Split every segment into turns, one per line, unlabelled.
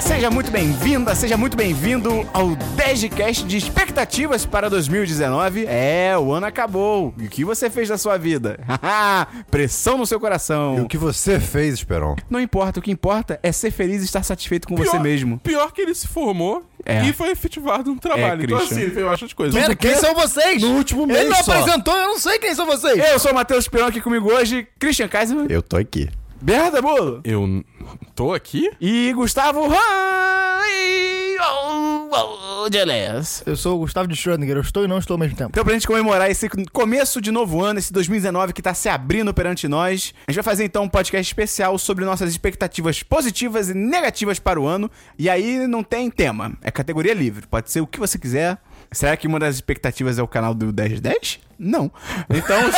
Seja muito bem-vinda, seja muito bem-vindo ao 10 de cast de expectativas para 2019. É, o ano acabou. E o que você fez da sua vida? Pressão no seu coração.
E o que você fez, Esperon?
Não importa, o que importa é ser feliz e estar satisfeito com você mesmo.
Pior que ele se formou
É.
e foi efetivado no trabalho.
É,
então,
Christian.
assim, ele fez bastante coisa.
Pera, quem são vocês?
No último mês
Ele não
só.
apresentou, eu não sei quem são vocês.
Eu sou o Matheus Pirão aqui comigo hoje, Christian Kaiser,
Eu tô aqui.
Berda Bolo
Eu n- tô aqui?
e Gustavo Rangeles.
Eu sou o Gustavo de Schrödinger, eu estou e não estou ao mesmo tempo.
Então, pra gente comemorar esse começo de novo ano, esse 2019 que tá se abrindo perante nós, a gente vai fazer então um podcast especial sobre nossas expectativas positivas e negativas para o ano. E aí não tem tema, é categoria livre, pode ser o que você quiser. Será que uma das expectativas é o canal do 1010? Não. Então.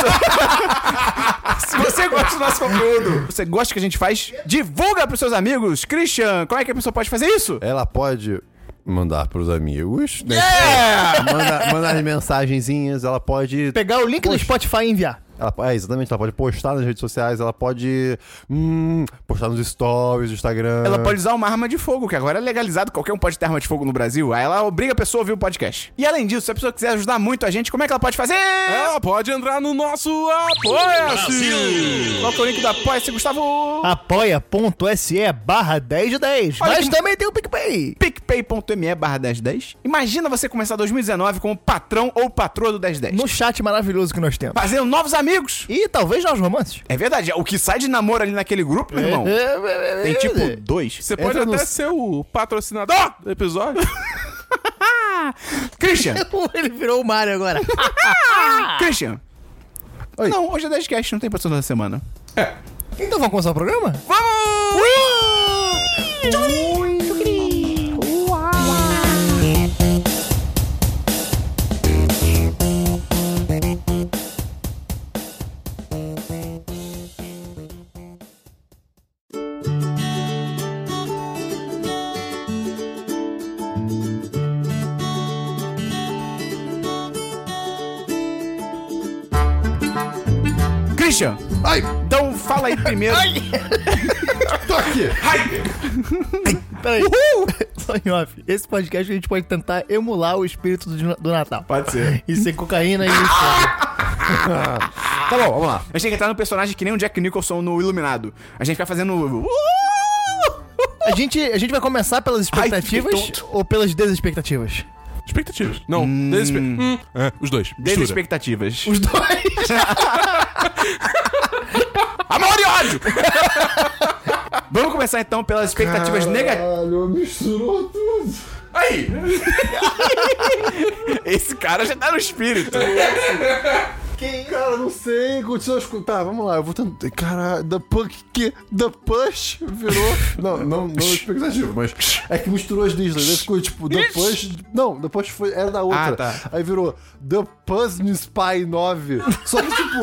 Se você gosta do nosso conteúdo, você gosta que a gente faz, divulga pros seus amigos. Christian, como é que a pessoa pode fazer isso?
Ela pode mandar pros amigos, né?
É!
Manda- mandar as mensagenzinhas, ela pode...
Pegar o link do Spotify e enviar.
Ela, é, exatamente, ela pode postar nas redes sociais, ela pode hum, postar nos stories do Instagram.
É.
Ela pode usar uma arma de fogo, que agora é legalizado, qualquer um pode ter arma de fogo no Brasil. Aí ela obriga a pessoa a ouvir o podcast. E além disso, se a pessoa quiser ajudar muito a gente, como é que ela pode fazer?
Ela Ah, pode entrar no nosso Apoia-se!
Qual que é o link do Apoia-se, Gustavo?
Ah.
apoia.se barra 10 de 10.
Olha
Mas
que-
também tem o PicPay.
picpay.me barra 1010. Imagina você começar 2019 como patrão ou patroa do 1010.
No chat maravilhoso que nós temos.
Fazendo novos amigos.
E talvez nós romances.
É verdade, o que sai de namoro ali naquele grupo, meu
É,
irmão, tem tipo dois.
É. Você pode
Entra no-
até ser o patrocinador do episódio.
Christian,
Ele virou o Mario agora.
Ah.
Christian.
Oi.
Não, hoje é 10 cast, não tem patrão da semana.
então vamos começar o programa?
Christian,
Ai,
então fala aí primeiro.
tô aqui!
Peraí. Só em off. Esse podcast a gente pode tentar emular o espírito do, do Natal.
Pode ser.
E ser cocaína e lixo.
Tá bom, vamos lá.
A gente tem que entrar no personagem que nem o Jack Nicholson no Iluminado. A gente fica fazendo. uh,
a, gente, a gente vai começar pelas
Ai,
expectativas
fiquei tonto.
ou pelas desexpectativas?
Expectativas. Não, desespe- hum, é, os dois.
Desde
Mistura.
expectativas.
Os dois.
Amor e ódio! Vamos começar então pelas expectativas negativas.
misturou tudo.
Aí! Esse cara já tá no espírito.
Cara, não sei, continua escutando. Tá, vamos lá, eu vou tentar. Cara, The Punk que The Push virou. Não, não, não é expectativa, mas. É que misturou as Disney, né? Ficou tipo The Push. Não, The Push foi, era da outra.
Ah, tá.
Aí virou The Puzzle Spy 9. Só que tipo,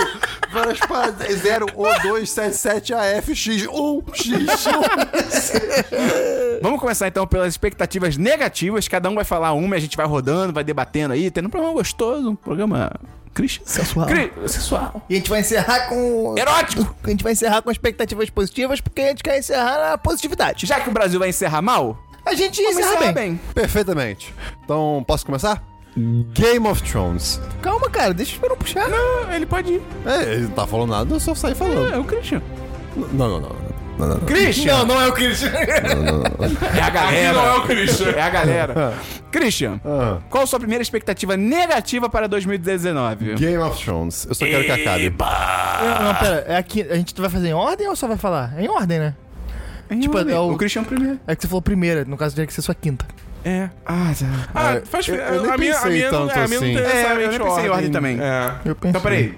várias paradas. 0, O, 2, 7, 7, AF, X, 1, X, 1.
Vamos começar então pelas expectativas negativas. Cada um vai falar uma e a gente vai rodando, vai debatendo aí. Tendo um programa gostoso, um programa. Christian.
Sensual.
Cri- Sensual.
E a gente vai encerrar com.
Erótico!
A gente vai encerrar com expectativas positivas, porque a gente quer encerrar na positividade.
Já que o Brasil vai encerrar mal,
A gente
vamos
encerra bem.
Perfeitamente. Então, posso começar? Game of Thrones.
Calma, cara, deixa eu não puxar.
Não, Ah, ele pode ir.
É, ele não tá falando nada, eu só saí falando.
É o Christian.
Não, não, não. Não, não, não.
Christian!
não é o Christian.
É a galera.
Aqui não é o Christian.
É a galera. Christian,
Ah.
qual a sua primeira expectativa negativa para 2019?
Game of Thrones. Eu só quero que acabe.
Não, não, pera, é aqui, a gente vai fazer em ordem ou só vai falar? É em ordem, né? Tipo, é
o...
o-
Christian primeiro.
É que você falou primeira, no caso teria que ser sua quinta.
É.
Ah, tá.
Ah,
eu-
faz
eu nem
a minha, a
pensei
minha não-
tanto
a minha não
assim.
tem
É, eu
necessariamente
nem pensei em ordem também.
É.
Eu pensei.
Então, peraí.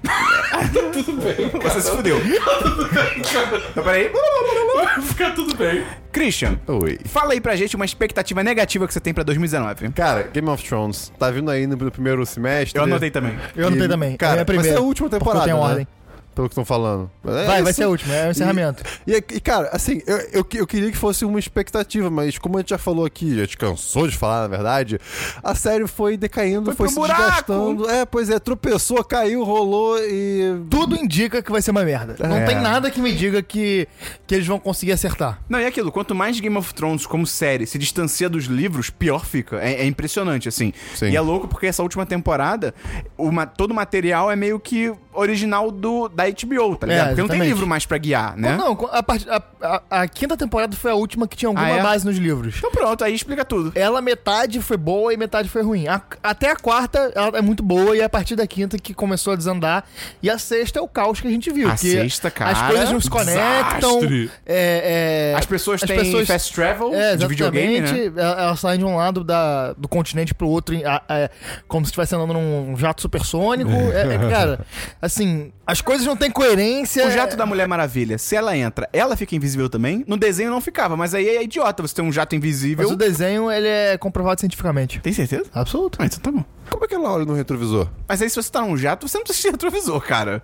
Você se fudeu. então, peraí.
Vai ficar tudo bem.
Christian,
Oi.
fala aí pra gente uma expectativa negativa que você tem pra 2019.
Cara, Game of Thrones tá vindo aí no primeiro semestre.
Eu anotei também.
Eu anotei também.
Cara,
é a primeira.
vai ser a última
porque
temporada.
eu tenho
né?
ordem.
pelo que estão falando. É
Vai, vai
isso.
ser a última, é o encerramento.
E, e, cara, assim, eu, eu, eu queria que fosse uma expectativa, mas como a gente já falou aqui, já te cansou de falar, na verdade, a série foi decaindo,
Foi
foi,
pro
se
buraco!
desgastando. É, pois é, tropeçou, caiu, rolou e.
Tudo indica que vai ser uma merda. Não
É.
tem nada que me diga que, que eles vão conseguir acertar.
Não, e aquilo, quanto mais Game of Thrones como série se distancia dos livros, pior fica. É, é impressionante, assim.
Sim.
E é louco porque essa última temporada, o ma- todo o material é meio que original do, da HBO, tá ligado?
É,
porque não tem
exatamente.
livro mais pra guiar, né?
Não, a, part- a- a- a quinta temporada foi a última que tinha alguma
Ah, é?
base nos livros.
Então pronto, aí explica tudo.
Ela metade foi boa e metade foi ruim. A- até a quarta ela é muito boa e é a partir da quinta que começou a desandar. E a sexta é o caos que a gente viu.
A
que
sexta,
As
cara,
coisas não se conectam.
desastre.
é, é,
As pessoas
as
têm
pessoas-
fast travel
É,
de videogame, né?
exatamente. Ela, ela sai de um lado da- do continente pro outro, em- a- a- como se estivesse andando num jato supersônico. É- é, cara, assim, as coisas não têm coerência.
O jato da Mulher Maravilha, se ela entra, ela fica invisível também? No desenho não ficava, mas aí é idiota você ter um jato invisível.
Mas o desenho, ele é comprovado cientificamente.
Tem certeza?
Absoluto.
Ah, então tá bom.
Como é que ela olha no retrovisor?
Mas aí se você tá num jato, você não precisa de retrovisor, cara.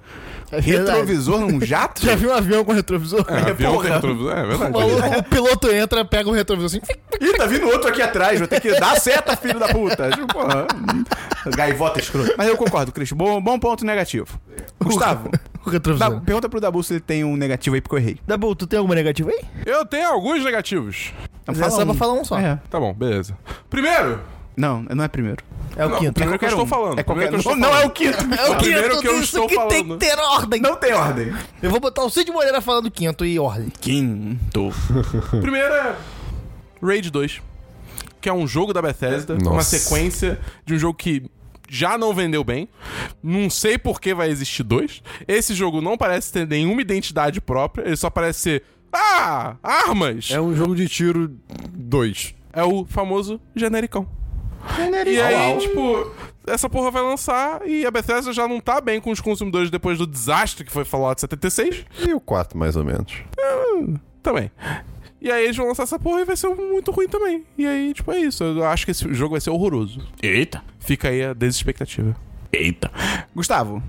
É verdade.
retrovisor num jato?
Já viu um avião com retrovisor?
É, avião
porra.
com retrovisor. É
O,
verdade.
maluco- o piloto entra, pega o retrovisor assim.
Ih, tá vindo outro aqui atrás, vou ter que dar a seta, filho da puta. Tipo, porra. Gaivota escrota. Mas eu concordo, Cris. Bom, bom ponto negativo. Gustavo,
O retrovisor.
Dabu- pergunta pro Dabu se ele tem um negativo aí, porque eu errei.
Dabu, tu tem alguma negativa aí?
Eu tenho alguns negativos.
Então,
Mas é só pra falar um só.
É.
Tá bom, beleza. Primeiro,
Não, não é primeiro.
É o
Não,
quinto.
primeiro- que eu estou
um.
falando,
É qualquer...
primeiro que eu
não,
estou
não é o
falando.
quinto.
É o
primeiro
quinto,
que eu
tudo
estou
isso que tem que
falando.
ter ordem.
Não Então tem ordem.
Eu vou botar o Cid Moreira falando quinto e ordem.
Quinto.
primeiro é Raid 2, que é um jogo da Bethesda, uma
Nossa.
sequência de um jogo que já não vendeu bem. Não sei por que vai existir dois. Esse jogo não parece ter nenhuma identidade própria, ele só parece ser ah, armas.
É um jogo de tiro 2.
É o famoso genericão. E aí, tipo, essa porra vai lançar e a Bethesda já não tá bem com os consumidores depois do desastre que foi Fallout 76.
E o 4, mais ou menos.
Também. E aí eles vão lançar essa porra e vai ser muito ruim também. E aí, tipo, é isso. Eu acho que esse jogo vai ser horroroso.
Eita.
Fica aí a desexpectativa.
Eita. Gustavo,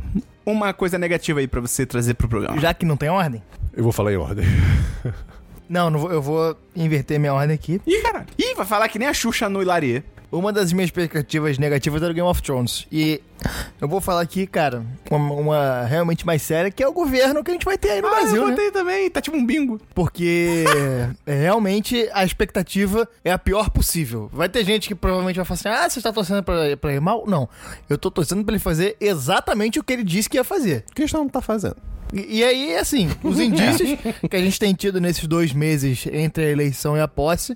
uma coisa negativa aí pra você trazer pro programa.
Já que não tem ordem.
Eu vou falar em ordem.
Não, não vou- eu vou inverter minha ordem aqui.
Ih, caralho.
Ih, vai falar que nem a Xuxa no Hilarie.
Uma das minhas expectativas negativas era o Game of Thrones. E eu vou falar aqui, cara, uma, uma realmente mais séria, que é o governo que a gente vai ter aí no Brasil.
eu
né?
botei também, tá tipo um bingo.
Porque é, realmente a expectativa é a pior possível. Vai ter gente que provavelmente vai falar assim: ah, você está torcendo pra, pra ele mal? Não. Eu tô torcendo pra ele fazer exatamente o que ele disse que ia fazer.
O que a gente não tá fazendo?
E, e aí, assim, os indícios que a gente tem tido nesses dois meses entre a eleição e a posse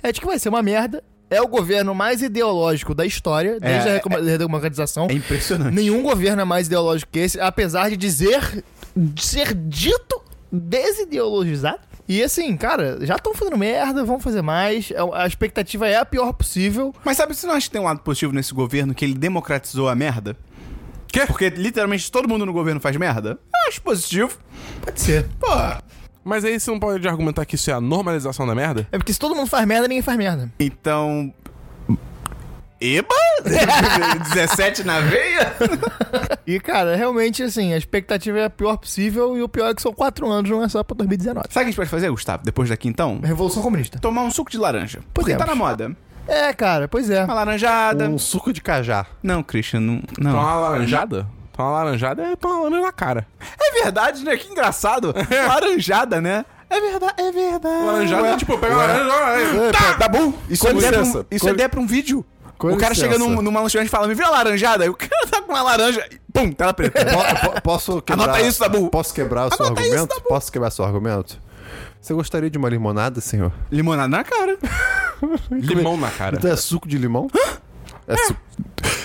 é de que vai ser uma merda. É o governo mais ideológico da história, desde
É,
a recom- redemocratização.
É impressionante.
Nenhum governo é mais ideológico que esse, apesar de dizer de ser dito desideologizado. E assim, cara, já estão fazendo merda, vão fazer mais. É- A expectativa é a pior possível.
Mas sabe, você não acha que tem um lado positivo nesse governo que ele democratizou a merda?
Quê?
Porque literalmente todo mundo no governo faz merda? Eu acho positivo.
Pode ser.
Pô,
Mas aí você não pode argumentar que isso é a normalização da merda?
É porque se todo mundo faz merda, ninguém faz merda.
então. Eba! 17 na veia?
E, cara, realmente, assim, a expectativa é a pior possível e o pior é que são quatro anos, não é só pra 2019.
Sabe o que a gente pode fazer, Gustavo, depois daqui então?
Revolução Comunista.
Tomar um suco de laranja. Porque
Podemos.
tá na moda.
É, cara, pois é.
Uma laranjada.
Um suco de cajá.
Não, Christian, não.
Tá
não.
uma laranjada? Tá uma laranjada é tomar uma laranja na cara.
É verdade, né? Que engraçado. laranjada, né? É verdade, é verdade.
Laranjada é tipo, pega uma laranja. olha aí.
Tá, tá bom. Isso, é
Com
ideia pra um,
licença.
isso
Com-
é ideia pra um vídeo.
Com
o cara
licença.
chega num, numa lanchonete e fala, me vê uma laranjada. Aí o cara tá com uma laranja. e Pum, tela preta.
Po- po- posso quebrar...
Anota isso, Dabu.
Posso quebrar o seu
Anota isso,
argumento?
Dabu.
posso quebrar seu argumento? Você gostaria de uma limonada, senhor?
Limonada na cara.
Limão na cara.
Então é suco de limão? É suco...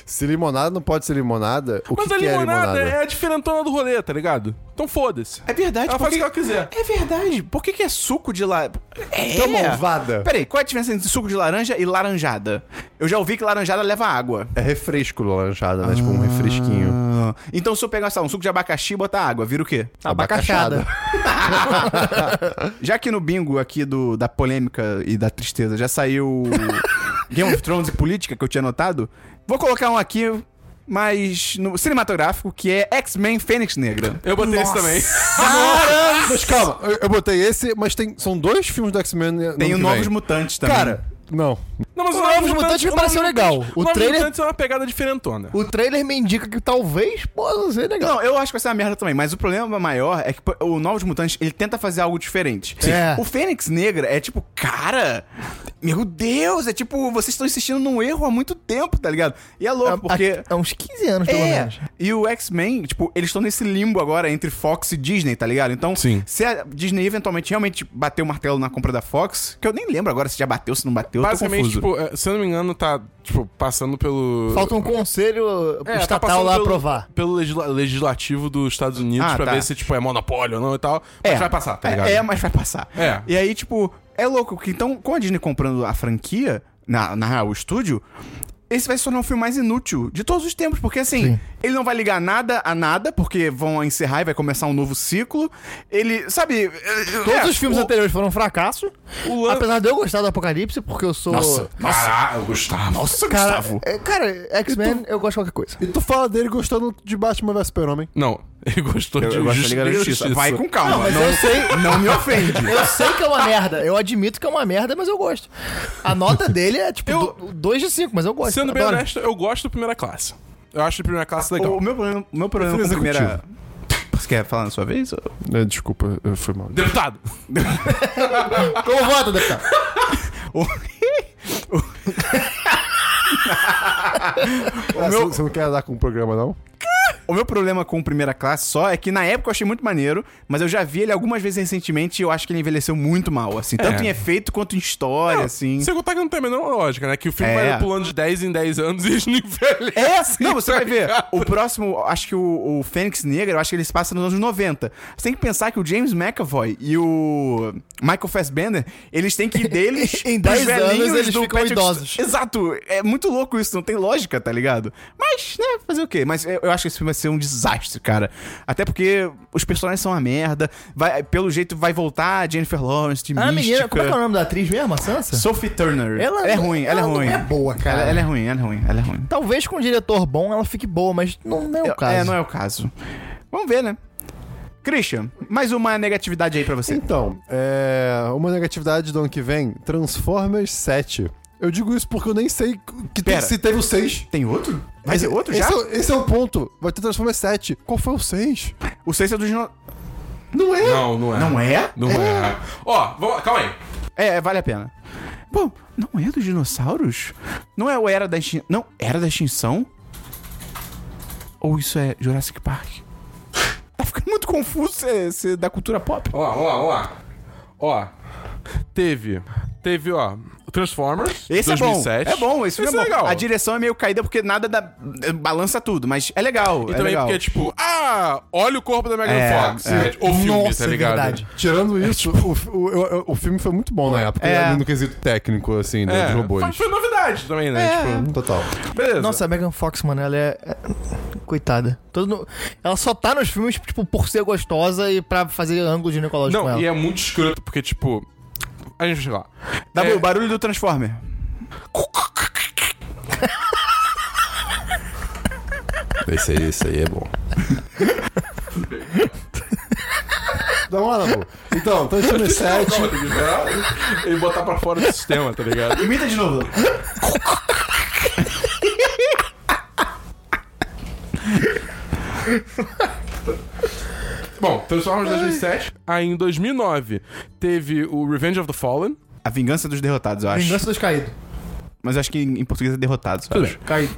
Se limonada não pode ser limonada, o
Mas
que,
a
que é
limonada
limonada?
é a diferentona do rolê, tá ligado? Então foda-se.
É verdade.
Ela
por
faz o
que-
que ela quiser.
É verdade. Por que, que é suco de laranja? É.
Então, malvada.
Peraí, qual é a diferença entre suco de laranja e laranjada? Eu já ouvi que laranjada leva água.
É refresco laranjada, né? Tipo um refresquinho.
Ah, Então se eu pegar, sei lá, um suco de abacaxi e botar água, vira o quê?
Abacaxada.
Já que no bingo aqui do, da polêmica e da tristeza já saiu Game of Thrones e política que eu tinha notado, vou colocar um aqui mas no cinematográfico, que é X-Men Fênix Negra.
Eu botei esse também.
Ah, Mas calma, eu, eu botei esse, mas tem, são dois filmes do X-Men. eh,
Tem
no
o
que
Novos
vem.
Mutantes também.
Cara, não.
Não, mas
O Novos Mutantes me
o
pareceu
Novos
legal.
Mutantes-
O
O Novos
trailer-
Mutantes é uma pegada diferentona.
O trailer me indica que talvez possa ser legal.
Não, eu acho que vai ser uma merda também, mas o problema maior é que pô, o Novos Mutantes, ele tenta fazer algo diferente.
Sim. É.
O Fênix Negra é tipo, cara, meu Deus, é tipo, vocês estão insistindo num erro há muito tempo, tá ligado? E é louco, porque...
Há, há uns 15 anos, pelo
É,
menos.
e o X-Men, tipo, eles estão nesse limbo agora entre Fox e Disney, tá ligado? Então,
Sim.
se a Disney eventualmente realmente bater o martelo na compra da Fox, que eu nem lembro agora se já bateu, se não bateu, eu tô confuso.
Basicamente, tipo, eh, se eu não me engano, tá, tipo, passando pelo...
Falta um conselho
É, tá
estatal
passando
lá
pelo-
aprovar.
Pelo legisla- legislativo dos Estados Unidos
Ah,
pra
tá.
ver se, tipo, é monopólio ou não e tal. Mas vai passar, tá
é,
ligado?
É, mas vai passar.
É.
E aí, tipo, é louco que então, com a Disney comprando a franquia, na, na real, o estúdio, esse vai se tornar o filme mais inútil de todos os tempos, porque assim,
Sim.
ele não vai ligar nada a nada, porque vão encerrar e vai começar um novo ciclo. Ele, sabe. é,
Todos os filmes
o,
anteriores foram um fracasso.
o lan-
Apesar de eu gostar do Apocalipse, porque eu sou.
Nossa, nossa,
Caralho, Gustavo.
nossa,
cara,
Gustavo.
é, cara, X-Men, eu gosto de qualquer coisa.
E tu fala dele gostando de Batman vs Super-Homem.
Não, ele gostou de Justi-
Vai com calma.
Não, mas eu sei.
não me ofende.
Eu sei que é uma merda. Eu admito que é uma merda, mas eu gosto. A nota dele é tipo
Eu-
2 de 5, mas eu gosto.
Sendo bem
Adoro.
honesto, eu gosto do Primeira Classe. Eu acho o Primeira Classe legal.
O meu problema, o meu problema com a
Executivo.
primeira. Você quer falar na sua vez? ou-
É, desculpa, eu fui mal.
Deputado!
Como vota, deputado?
Ah, você- Você não quer dar com o programa, não?
O meu problema com o primeira classe só é que na época eu achei muito maneiro, mas eu já vi ele algumas vezes recentemente e eu acho que ele envelheceu muito mal, assim. Tanto em efeito quanto em história, assim.
Você tá contar que não tem a menor lógica, né? Que o filme
É.
vai pulando de 10 em 10 anos e eles não envelhecem.
É assim, Não, você
tá
vai ver.
ligado?
O próximo, acho que o, o Fênix Negra, eu acho que ele se passa nos anos 90. Você tem que pensar que o James McAvoy e o Michael Fassbender, eles têm que ir deles
Em
pros
10 anos,
velhinhos
eles ficam
Patrick
idosos.
St- Exato. É muito louco isso, não tem lógica, tá ligado? Mas, né, fazer o quê? Mas eu, eu acho que esse filme vai ser um desastre, cara. Até porque os personagens são uma merda. Vai, pelo jeito, vai voltar a Jennifer Lawrence de
A
mística.
menina, como é que é o nome da atriz mesmo, a Sansa?
Sophie Turner.
Ela-
Ela, é ruim, ela,
ela
é
não
ruim.
é boa, cara.
Ela, ela é ruim, ela é ruim, ela é ruim.
Talvez com um diretor bom ela fique boa, mas não, não é o
Eu-
caso.
É, não é o caso. Vamos ver, né? Christian, mais uma negatividade aí pra você.
Então, é, uma negatividade do ano que vem, Transformers 7. Eu digo isso porque eu nem sei que
Pera.
se teve o 6.
Tem outro? Vai
Esse-
ter outro
esse
já?
é- esse é o ponto. Vai ter Transformers 7. Qual foi o 6?
O 6 é do dino...
Não é?
Não, não é.
Não é?
Não é. Ó, vamos, calma aí.
É, é, vale a pena. Pô, não é dos dinossauros? Não é o Era da Extinção? Não, Era da Extinção? Ou isso é Jurassic Park? Tá ficando muito confuso esse da cultura pop.
Ó, vamos lá, vamos lá. Ó, teve. Teve, ó, Transformers.
Esse
2007.
é bom. É bom, esse filme é bom.
legal.
A direção é meio caída porque nada dá... balança tudo, mas é legal.
E
é
também
legal.
porque, tipo, ah, olha o corpo da Megan
É,
Fox.
é.
O filme,
Nossa,
tá
é
ligado?
verdade.
Tirando isso, o, o- eu- eu- o filme foi muito bom na época,
É.
ali no quesito técnico, assim, né,
É,
de
foi,
robôs. Hum,
foi novidade também, né?
É.
Tipo,
Total.
beleza.
Nossa, a Megan Fox, mano, ela é. é- Coitada. Todo no- Ela só tá nos filmes, tipo, por ser gostosa e pra fazer ângulo ginecológico com
não,
ela.
e é muito escroto, porque, tipo. A gente vai chegar lá.
Dabu,
É.
o barulho do Transformer.
Esse aí, esse aí é bom. Dá uma lá, Dabu. Então, Transformers 7.
Calma, tem que esperar um. ele botar pra fora do sistema, tá ligado?
Imita de novo.
Bom, Transformers 2007. Aí em 2009 teve o Revenge of the Fallen.
A Vingança dos Derrotados, eu acho.
Vingança dos Caídos.
Mas eu acho que em em português é Derrotados, eu
Tudo
acho.
bem.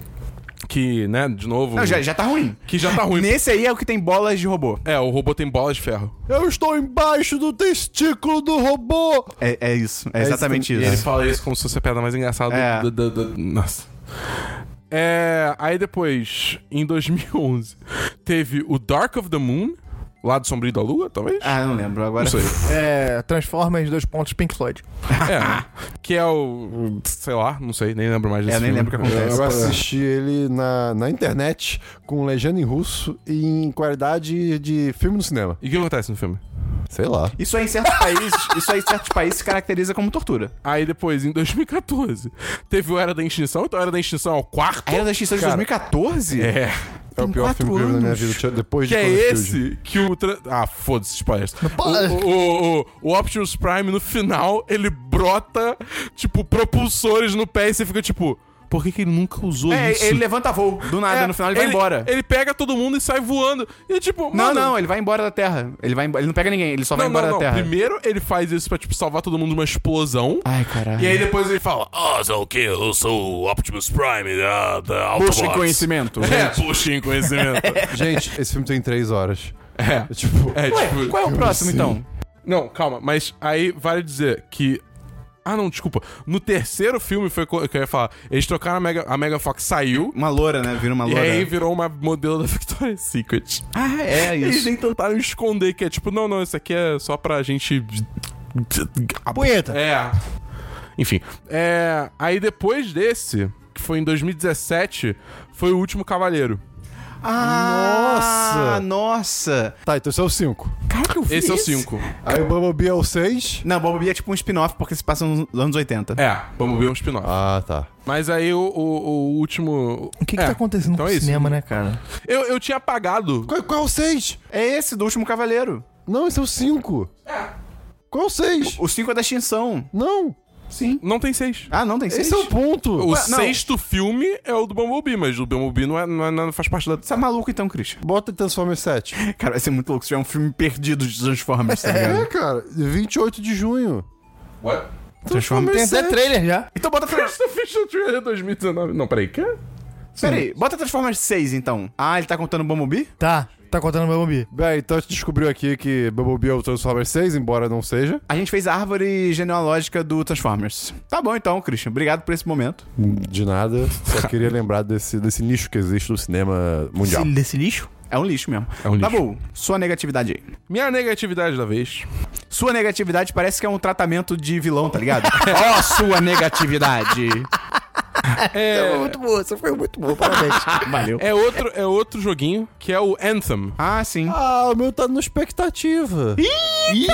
Que, né, de novo.
Não, já, já tá ruim.
Que já tá ruim.
Nesse aí é o que tem bolas de robô.
É, o robô tem bola de ferro.
Eu estou embaixo do testículo do robô.
É, é isso. É exatamente
isso.
isso.
E ele fala isso como se fosse a piada mais engraçada
É.
do, do- do- do- Nossa. É, aí depois, em 2011, teve o Dark of the Moon, Lado Sombrio da Lua, talvez?
Ah, eu não lembro agora.
Não sei.
É. Transformers, dois pontos, Pink Floyd.
É, que é o... Sei lá, não sei, nem lembro mais desse
É, nem
filme.
lembro o que acontece.
Eu assisti ele na, na internet com legenda em russo e em qualidade de filme no cinema.
E o que acontece no filme?
Sei lá.
Isso aí em certos países, isso aí em certos países se caracteriza como tortura.
Aí depois, em 2014, teve o Era da Extinção, então a Era da Extinção é o quarto.
A Era da Extinção de
Cara,
2014?
É.
É o pior
quatro
filme que eu vi na minha
anos.
vida. tira- Depois
Que
de
é
Cloverfield.
esse que o. tra- Ah, foda-se, spoilers.
pô-
O, o, o, o Optimus Prime, no final, ele brota, tipo, propulsores no pé e você fica tipo, por que, que ele nunca usou
É,
isso?
ele levanta voo do nada
É,
no final ele, vai embora.
Ele pega todo mundo e sai voando. E tipo,
Não,
mano,
não, ele vai embora da Terra. Ele vai embo- ele não pega ninguém, ele só vai
Não,
embora
não,
da
não.
Terra.
Primeiro ele faz isso pra, tipo, salvar todo mundo de uma explosão.
Ai, caralho.
E aí depois ele fala,
Ah, sou o quê? Eu sou o Optimus Prime da, da
Puxa em conhecimento.
é, puxa em conhecimento.
Gente, esse filme tem três horas.
é.
É tipo...
É,
Ué,
tipo,
qual é o próximo, então?
Não, calma, mas aí vale dizer que. Ah, não, desculpa. No terceiro filme foi co- que eu ia falar. Eles trocaram a Mega, a Mega Fox, saiu.
Uma loura, né? Vira uma
E
loura.
aí virou uma modelo da Victoria's Secret.
Ah, é
Eles
isso.
nem tentaram esconder que é tipo, não, não, isso aqui é só pra gente.
Punheta.
É. Enfim. É, aí depois desse, que foi em 2017, foi o último Cavaleiro.
Ah,
Nossa.
Nossa!
Tá, então esse é o cinco.
Cara, que eu vi
Esse é o
isso?
5.
Aí o Bumblebee é o seis.
Não, Bumblebee é tipo um spin-off porque se passa nos anos 80.
É, vamos ver um spin-off.
Ah, tá.
Mas aí o, o- o último.
O que que
é,
tá acontecendo
então
com
é
o
isso.
cinema, né, cara?
Eu, eu tinha apagado
Qual, qual é o seis?
É esse do último cavaleiro.
Não, esse é o cinco. Qual é o seis?
O 5 é da extinção.
Não.
Sim.
Não tem seis.
Ah, não, tem
Esse
seis.
é o ponto.
O
Ué, não.
sexto filme é o do Bumblebee, mas o Bumblebee não, é, não, é- não faz parte da.
Você é maluco então, Christian?
Bota Transformers 7.
Cara, vai ser muito louco. Isso já é um filme perdido de Transformers, tá ligado?
É, cara. 28 de junho.
What?
Tem
Transformers.
até trailer já.
Então bota Transformers.
Essa ficha do trailer 2019. Não, peraí, que?
Peraí, bota Transformers 6 então. Ah, ele tá contando o Bumblebee?
Tá, tá contando o Bumblebee.
Bem, então a gente descobriu aqui que Bumblebee é o Transformers 6, embora não seja.
A gente fez a árvore genealógica do Transformers. Tá bom então, Christian. Obrigado por esse momento.
De nada. Só queria lembrar desse, desse nicho que existe no cinema mundial.
Esse- Desse lixo?
É um lixo mesmo.
É um lixo.
Tá bom, sua negatividade aí.
Minha negatividade da vez.
Sua negatividade parece que é um tratamento de vilão, tá ligado? Ó, sua negatividade!
Foi muito boa, essa foi muito boa, parabéns.
Valeu.
É outro, é outro joguinho que é o Anthem.
Ah, sim.
Ah, o meu tá no expectativa.
Isso,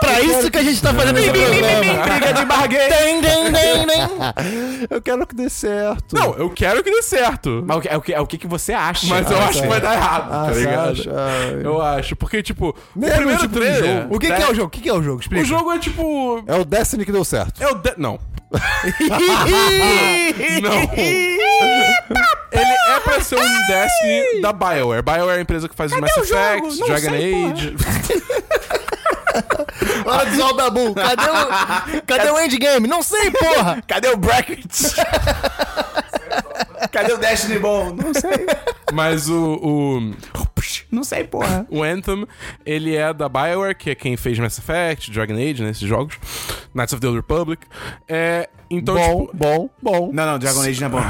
pra isso que a gente tá fazendo esse programa.
Briga de barra gay!
Ding, ding, ding, ding.
Eu quero que dê certo.
Não, eu quero que dê certo.
Mas o que- é o que, é o que, que você acha?
Mas eu acho que vai dar errado,
Ah,
tá
você
ligado?
acha? Ah,
Eu acho, porque, tipo,
Nem
o
é
primeiro
meu tipo de
trailer.
jogo.
O que que é o jogo? O que que é o jogo? Explica.
O jogo é tipo.
É o Destiny que deu certo.
É o. De... Não. Não. Ele é pra ser um Destiny da Bioware. Bioware é a empresa que faz os Mass
o jogo?
Effect,
Não
Dragon
sei, porra.
Age.
Hora do Sol Dabu. Cadê o, cadê o endgame? Não sei, porra.
Cadê o bracket? Cadê o Destiny bom? Não sei.
Mas o, o,
Não sei, porra.
o Anthem, ele é da Bioware, que é quem fez Mass Effect, Dragon Age, né, esses jogos. Knights of the Old Republic. É, então,
bom,
tipo...
bom, bom.
Não, não, Dragon Age não é bom.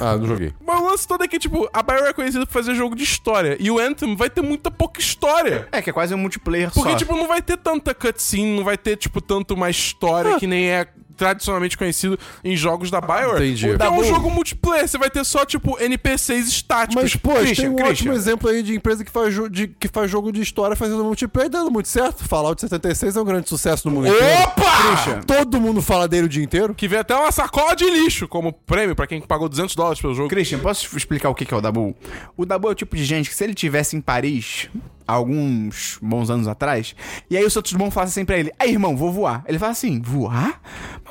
Ah, não joguei.
Mas o lance todo é que, tipo, a Bioware é conhecida por fazer jogo de história. E o Anthem vai ter muita pouca história.
É, que é quase um multiplayer
Porque,
só.
tipo, não vai ter tanta cutscene, não vai ter, tipo, tanto uma
Ah.
história que nem é tradicionalmente conhecido em jogos da Bioware.
Entendi.
Então é um
Dabu.
jogo multiplayer, você vai ter só, tipo, NPCs estáticos.
Mas, pô, tem
Christian,
um
Christian.
ótimo exemplo aí de empresa que faz, jo- de- que faz jogo de história fazendo multiplayer e dando muito certo. Fallout 76 é um grande sucesso no mundo inteiro.
Opa!
Todo mundo fala dele o dia inteiro.
Que vem até uma sacola de lixo como prêmio pra quem pagou 200 dólares pelo jogo.
Christian, posso explicar o que que é o Dabu? O Dabu é o tipo de gente que se ele tivesse em Paris, há alguns bons anos atrás, e aí o Santos Dumont fala assim pra ele, aí irmão, vou voar. Ele fala assim, voar?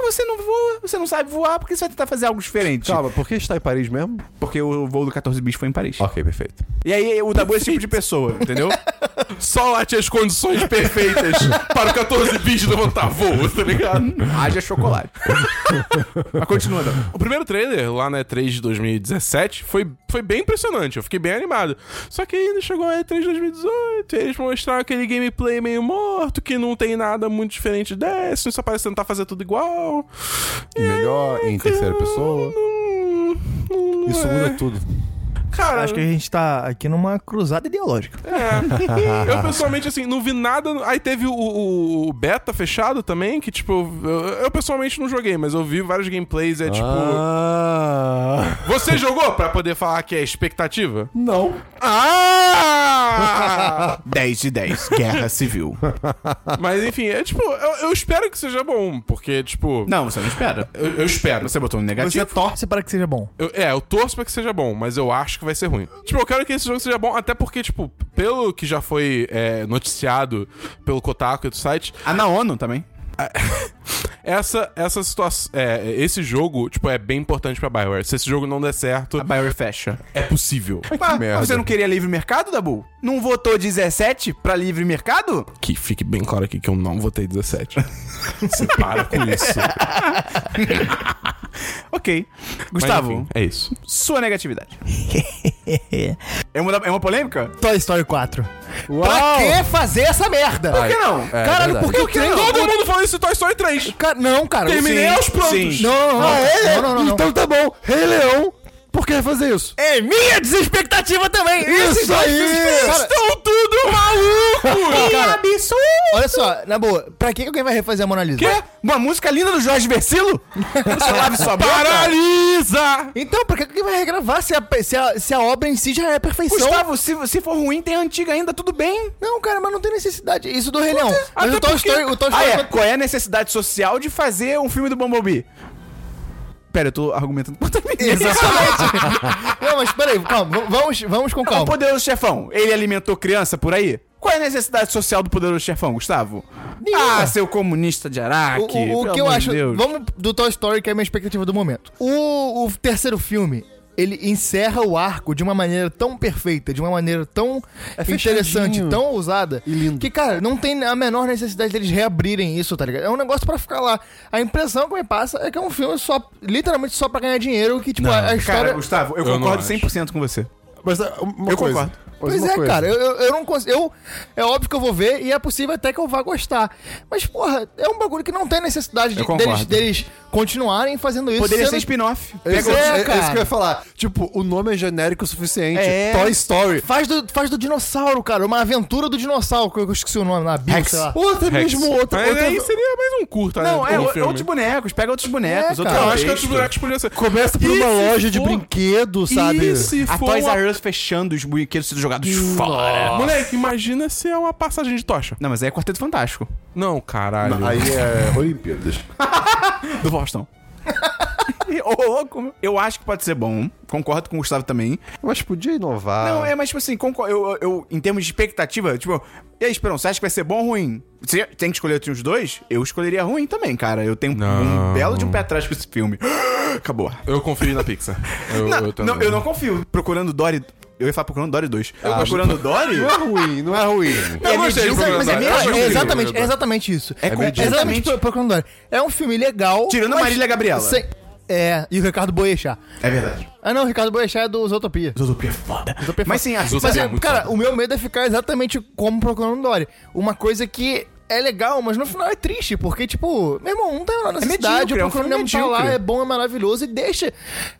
Mas você não voa, você não sabe voar, porque você vai tentar fazer algo diferente. Tipo,
Calma, por que está em Paris mesmo?
Porque o voo do 14 bicho foi em Paris.
Ok, perfeito.
E aí o Dabu é esse tipo de pessoa, entendeu?
Só lá tinha as condições perfeitas para o 14 bis levantar voo, tá ligado?
Haja chocolate. Mas continua, Dabu.
O primeiro trailer, lá na E3 de 2017, foi, foi bem impressionante. Eu fiquei bem animado. Só que ainda chegou a E3 de 2018 e eles mostraram aquele gameplay meio morto, que não tem nada muito diferente desse, só parece tentar fazer tudo igual. E
Melhor em terceira pessoa.
Hum, hum,
Isso
é.
muda tudo.
Cara,
Acho que a gente tá aqui numa cruzada ideológica.
É. eu pessoalmente, assim, não vi nada. Aí teve o, o- o beta fechado também, que tipo, eu, eu pessoalmente não joguei, mas eu vi vários gameplays. É tipo,
Ah,
você jogou pra poder falar que é expectativa?
não.
Ah! Ah!
10 de 10, guerra civil.
Mas enfim, é tipo, eu, eu espero que seja bom, porque, tipo.
Não, você não espera.
Eu, eu espero.
Você botou um negativo.
Você torce.
Torce para que seja bom.
Eu- é, eu torço pra que seja bom, mas eu acho que vai ser ruim. Tipo, eu quero que esse jogo seja bom, até porque, tipo, pelo que já foi é, noticiado pelo Kotaku e do site,
A Ah, na ONU também.
essa, essa situação. É, esse jogo, tipo, é bem importante pra Bioware. Se esse jogo não der certo,
A Bioware fecha.
é possível.
Ué,
Ai,
Ah, mas tá você não queria livre mercado, Dabu? Não votou 17 pra livre mercado?
Que fique bem claro aqui que eu não votei 17. você para com isso.
Ok.
Mas,
Gustavo,
enfim, é isso.
sua negatividade. é, uma, é uma polêmica?
Toy Story 4. Pra
Uau!
que fazer essa merda?
Por que não?
Caralho, por que o trem...
é, Todo mundo falou isso então é em Toy Story 3.
Ca- Não, cara. assim,
Terminei
sim.
aos prantos.
sim.
Não, não, não.
Ah, é?
não, não, não, não.
Então tá bom. Rei Leão, por que fazer isso?
É minha desexpectativa também. Esses
Isso
dois
aí!
filmes, cara,
Estão tudo malucos!
absurdo!
Olha só, na boa, pra que que alguém vai refazer a Mona Lisa?
Quê? Uma música linda do Jorge Versilo? Você lave sua boca?
Paralisa!
Então, pra que que alguém vai regravar se a, se a- se a obra em si já é a perfeição?
Gustavo, se, se for ruim, tem a antiga ainda, tudo bem.
Não, cara, mas não tem necessidade. Isso do Rei Leão. Mas
até
o Toy
porque-
Story, o Toy
Ah,
Story
é. Qual é a necessidade social de fazer um filme do Bumblebee? Pera, eu tô argumentando contra mim.
Exatamente. não, mas peraí, calma, v- vamos, vamos com
O
calma.
Poderoso Chefão, ele alimentou criança por aí? Qual é a necessidade social do Poderoso Chefão, Gustavo?
Nenhuma.
Ah, seu comunista de Araque.
O, o- o
pelo
que eu
amor de
acho.
Deus.
Vamos do Toy Story, que é a minha expectativa do momento. O, o terceiro filme. Ele encerra o arco de uma maneira tão perfeita, de uma maneira tão
É
interessante,
fechadinho.
tão ousada,
E lindo.
que, cara, não tem a menor necessidade deles reabrirem isso, tá ligado? É um negócio pra ficar lá. A impressão que me passa é que é um filme só, literalmente só pra ganhar dinheiro, que, tipo, a a história.
Cara, Gustavo, eu,
Eu não
concordo
acho.
100% com você.
Mas ah, uma
Eu
coisa.
concordo.
Mas
Pois
uma
é,
coisa.
cara, eu, eu, eu não consigo. Eu, é óbvio que eu vou ver e é possível até que eu vá gostar. Mas, porra, é um bagulho que não tem necessidade de,
Eu concordo.
deles, deles continuarem fazendo isso.
Poderia ser
sendo-
spin-off.
Esse,
Pega-
é,
É, cara.
esse que eu ia falar. Tipo, o nome é genérico o suficiente.
É.
Toy Story.
Faz do, faz do dinossauro, cara. Uma aventura do dinossauro, que eu esqueci o nome na Bíblia,
Rex.
sei lá.
Ou até mesmo outro.
Mas
outra-
aí seria mais um curta,
Não,
né?
é
como
o-
filme.
outros bonecos. Pega outros bonecos.
É,
outro
cara.
Eu acho que outros
contexto.
bonecos podia ser.
Começa por
E
uma
se
loja de
for-
brinquedo, sabe?
E se
A
for
Toys
uma...
R Us fechando os brinquedos sendo jogados fora.
Moleque, imagina se é uma passagem de tocha.
Não, mas aí é Quarteto Fantástico.
Não, caralho.
Aí é Olimpíadas.
Do Boston. Ô, louco, meu. Eu acho que pode ser bom. Concordo com o Gustavo também.
Mas podia inovar.
Não, é, mas tipo assim, concor- eu, eu- eu- em termos de expectativa, tipo, e aí, Esperão, você acha que vai ser bom ou ruim? Você tem que escolher entre os dois? Eu escolheria ruim também, cara. Eu tenho
Não.
um belo de um pé atrás com esse filme. Acabou.
Eu confio na Pixar. Eu,
Não,
eu,
não, eu não confio. Procurando Dory. Eu ia falar procurando Dory 2. Eu procurando Dory?
Não é ruim, não é ruim.
Eu gostei
Mas é- mas é,
Procurando Dory.
meio-
Eu
é
achei
exatamente,
Procurando
é exatamente isso.
É
É exatamente
completamente.
Pro- Procurando Dory. É um filme legal.
Tirando a
mas
Marília Gabriela.
sem- é, e o Ricardo Boechat.
É verdade.
Ah não, o Ricardo Boechat é do Zootopia.
Zootopia é foda. Mas sim, a
Zootopia
Mas,
Tá
é,
muito
cara,
foda.
o meu medo é ficar exatamente como Procurando um Dory. Uma coisa que é legal, mas no final é triste, porque, tipo, meu irmão, não tem a menor necessidade.
medíocre, é um
o Procurando
filme
Dory tá lá,
medíocre.
é bom, é maravilhoso, e deixa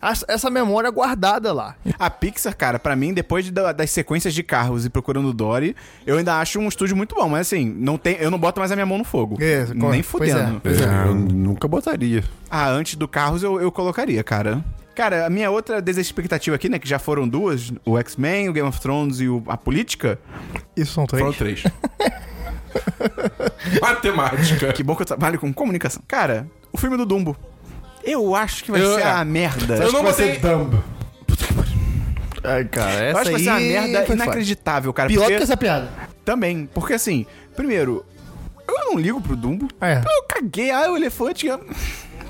as- essa memória guardada lá.
A Pixar, cara, pra mim, depois de- da- das sequências de carros e procurando Dory, eu ainda acho um estúdio muito bom. Mas assim, não tem, eu não boto mais a minha mão no fogo.
É,
Nem
correto.
fudendo.
Pois é.
Eu nunca botaria.
Ah, antes do Carros eu, eu colocaria, cara. Cara, a minha outra desexpectativa aqui, né, que já foram duas, o X-Men, o Game of Thrones e o- a política.
Isso são
Foram
três.
três. Matemática.
Que bom que eu trabalho com comunicação. Cara, o filme do Dumbo. Eu acho que vai
Eu-
ser
é.
a merda.
Eu não botei...
Ai, cara,
Eu
essa
acho que vai ser uma merda
foi
inacreditável, cara.
foda. Pior
porque-
que essa piada.
Também, porque assim, primeiro, eu não ligo pro Dumbo.
Ah, é.
Eu caguei, ah, o elefante. eu-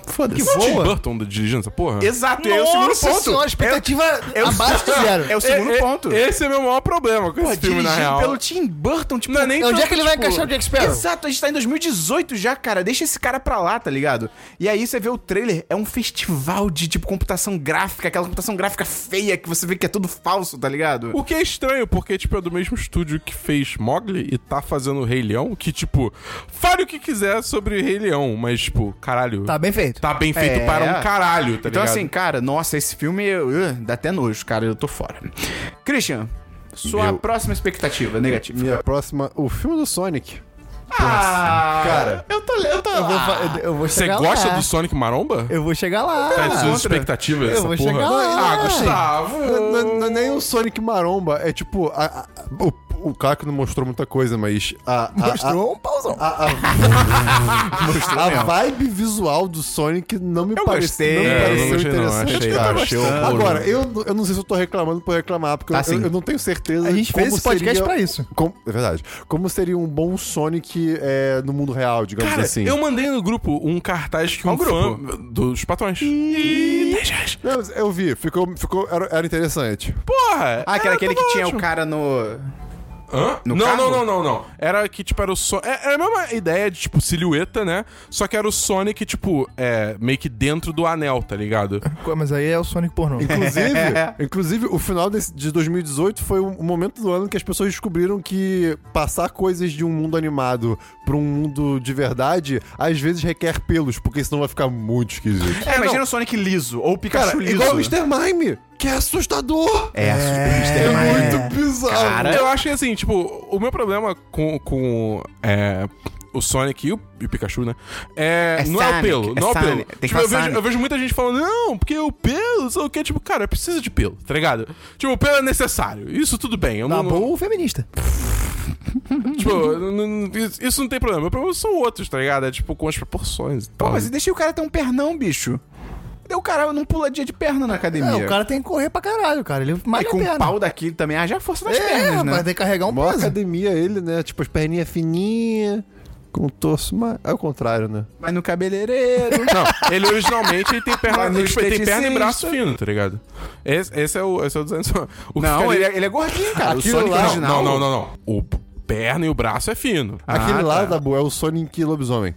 Foda-se.
Foi Tim
Boa.
Burton dirigindo essa porra?
Exato, é o segundo
Nossa
ponto.
senhora, expectativa
É o-
abaixo de zero.
É o segundo
É- é-
ponto.
Esse é meu maior problema com
Pô,
esse filme, na
dirigido
real.
pelo Tim Burton, tipo,
Não é nem
Onde
tanto,
é que ele vai
tipo,
encaixar o Jack Sparrow?
Exato, a gente tá em 2018 já, cara. Deixa esse cara pra lá, tá ligado? E aí você vê o trailer, é um festival de, tipo, computação gráfica, aquela computação gráfica feia que você vê que é tudo falso, tá ligado?
O que é estranho, porque, tipo, é do mesmo estúdio que fez Mogli e tá fazendo o Rei Leão, que, tipo, fale o que quiser sobre o Rei Leão, mas, tipo, caralho.
Tá bem feito.
tá bem feito
É.
para um caralho, tá
então,
ligado?
assim, cara, nossa, esse filme uh, dá até nojo, cara. Eu tô fora. Christian, sua
Meu-
próxima expectativa negativa.
Minha próxima, o filme do Sonic.
Ah,
Cara.
eu tô, eu tô
Eu vou, fa- eu- eu vou
Você
chegar
gosta
lá.
do Sonic Maromba?
Eu vou chegar lá.
Tá de suas
contra.
expectativas,
Eu
essa
vou
porra?
chegar lá.
Ah, Gustavo!
Não, não- não é nem o Sonic maromba, é tipo a- a- o, o Caco não mostrou muita coisa, mas a. a-
Mostrou um pauzão.
A, a, a
mesmo.
vibe visual do Sonic não me
Eu
pareceu, não
gostei.
me
É, eu
pareceu
não gostei não,
interessante.
achei-
cara.
achei horroroso.
Agora, eu, eu não sei se eu tô reclamando por reclamar, porque
Tá
eu-
sim.
eu, eu não tenho certeza.
A gente
como
fez esse podcast
seria-
pra isso.
como- é verdade. Como seria um bom Sonic é, no mundo real, digamos
Cara,
assim?
eu mandei no grupo um cartaz que
Qual
um
grupo?
fã dos patões. E...
Não, mas eu vi, ficou, ficou, era, era interessante.
Porra!
Ah, que era aquele que tinha o
carro.
cara no.
Hã?
No
não,
carro?
não, não, não, não. Era que, tipo, era o Sonic. Era a mesma ideia de, tipo, silhueta, né? Só que era o Sonic, tipo, é, meio que dentro do anel, tá ligado?
Mas aí é o Sonic pornô.
Inclusive, inclusive o final desse- de 2018 foi um- o momento do ano que as pessoas descobriram que passar coisas de um mundo animado pra um mundo de verdade às vezes requer pelos, porque senão vai ficar muito esquisito.
É, imagina
não.
o Sonic liso, ou o Pikachu
Cara,
liso.
igual o Mr. Mime, que é assustador.
É,
É,
Super Mr. Mime.
muito bizarro.
Cara. é
Eu acho que, assim, tipo, o meu problema com, com é, o Sonic e o, e o Pikachu, né? É,
É
não é o
Sonic,
pelo,
é
não é o
Sonic,
pelo.
tem que
Tipo, eu,
falar
vejo,
Sonic.
eu vejo muita gente falando, não, porque o pelo, sei o quê. Tipo, cara, precisa de pelo, tá ligado? Tipo, o pelo é necessário. Isso tudo bem.
Tá
Eu
Na
não,
boa, o feminista.
Tipo, n- n- isso- isso não tem problema. Meu problema são outros, tá ligado? É tipo com as proporções. e
Pô,
tal.
mas deixei o cara ter um pernão, bicho. Deu o cara não puladinha de perna na academia.
É, o cara tem que correr pra caralho, cara. Ele
E
malha
com
a perna.
um pau daquilo também, haja força nas
é,
pernas, né?
mas tem que carregar um
Mó
peso.
academia ele, né? Tipo, as perninhas fininhas, com o torso, mas é o contrário, né?
Vai no cabeleireiro.
Não, ele originalmente ele tem perna,
Vai no
ele, tipo, ele tem
esteticista.
perna e braço fino, tá ligado? Esse, esse é o esse é o design só. O que
não,
fica
ele
ali-
é, ele é gordinho, cara.
Aquilo
o Sonic
lá-
original.
não, não, não, não. O perna e o braço é fino.
Aquele
Ah,
lá,
tá.
da boa, é o Sonic lobisomem.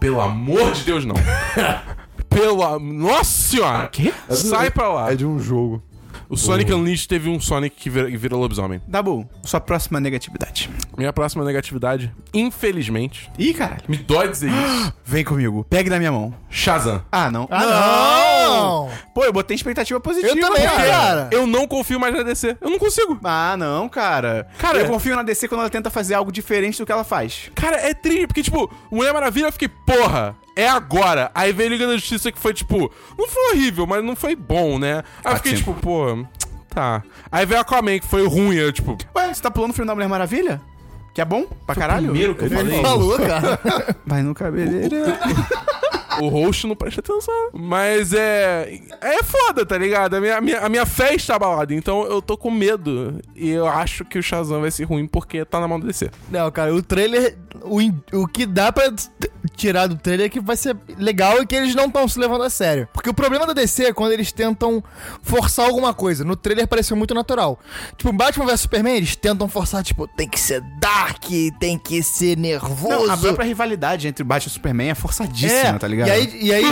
Pelo amor de Deus, não. Pelo am- Nossa senhora! Quê? Sai pra lá.
Ah.
É de um jogo.
O Sonic Unleashed teve um Sonic que vira, que vira lobisomem.
Dabu, sua próxima negatividade.
Minha próxima negatividade, infelizmente,
Ih, caralho.
me dói dizer isso.
Vem comigo. Pegue na minha mão.
Shazam.
Ah, não.
Ah, não!
Pô, eu botei expectativa positiva.
Eu também,
cara.
cara.
Eu não confio mais na DC. Eu não consigo.
Ah, não, cara. Cara, eu confio na DC quando ela tenta fazer algo diferente do que ela faz.
Cara, é triste, porque, tipo, Mulher Maravilha, eu fiquei, porra, é agora. Aí veio Liga da Justiça que foi, tipo, não foi horrível, mas não foi bom, né? Aí eu fiquei,
Patinho.
tipo, pô, tá. Aí veio Aquaman, que foi ruim, eu, tipo...
Ué, você tá pulando o filme da Mulher Maravilha? Que é bom pra caralho?
que eu
Ele falou, cara.
Vai no cabeleireiro.
O host não presta atenção. Mas é... É foda, tá ligado? A minha, a minha, a minha fé está abalada, então eu tô com medo. E eu acho que o Shazam vai ser ruim, porque tá na mão do DC.
Não, cara, o trailer. O, in- o que dá pra t- tirar do trailer é que vai ser legal e que eles não estão se levando a sério. Porque o problema da DC é quando eles tentam forçar alguma coisa. No trailer pareceu muito natural. Tipo, Batman vs Superman, eles tentam forçar, tipo, tem que ser dark, tem que ser nervoso.
Não, a própria rivalidade entre o Batman e o Superman é forçadíssima,
É,
tá ligado?
E aí, e aí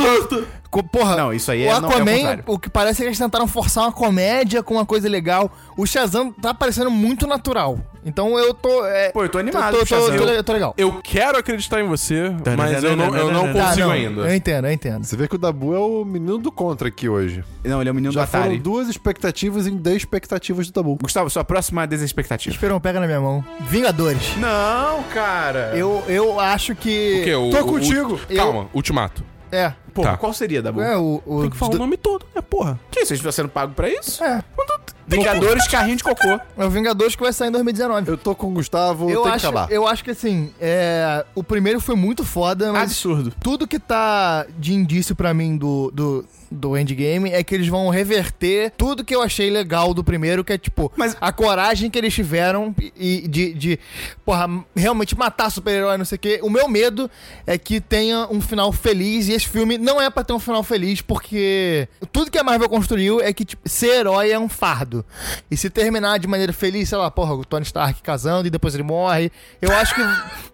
co- porra,
Não, isso aí é-
o
não, é o
Aquaman,
contrário.
o que parece é que eles tentaram forçar uma comédia com uma coisa legal. O Shazam tá parecendo muito natural. Então eu tô. é,
Pô, eu tô animado pro
Eu tô, tô,
Shazam.
tô- eu tô legal.
Eu quero acreditar em você, mas eu não, eu não
Tá,
consigo
não, Eu
ainda.
entendo, eu entendo.
Você vê que o Dabu é o menino do contra aqui hoje.
Não, ele é o menino
Já
do Atari.
foram duas expectativas em dez expectativas do Dabu.
Gustavo, sua próxima desexpectativa.
Esperão, um pega na minha mão. Vingadores.
Não, cara.
Eu, eu acho que.
O quê? O-
Tô
o- o-
contigo.
Calma, Ultimato.
É.
Pô,
Tá.
qual seria, Dabu?
É, o. o
Tem que falar o nome todo, né, porra?
Que isso? Vocês estão sendo pagos pra isso?
É.
Vingadores, carrinho de cocô.
É o Vingadores que vai sair em 2019.
Eu tô com o Gustavo,
Eu
tem
acho,
que acabar.
eu acho que assim, é, o primeiro foi muito foda,
Ah,
mas
Absurdo.
tudo que tá de indício pra mim do, do, do endgame é que eles vão reverter tudo que eu achei legal do primeiro, que é tipo,
Mas-
a coragem que eles tiveram e, e de, de, porra, realmente matar super-herói, não sei o quê. O meu medo é que tenha um final feliz e esse filme não é pra ter um final feliz, porque tudo que a Marvel construiu é que tipo, ser herói é um fardo. E se terminar de maneira feliz, sei lá, porra, o Tony Stark casando e depois ele morre, eu acho que,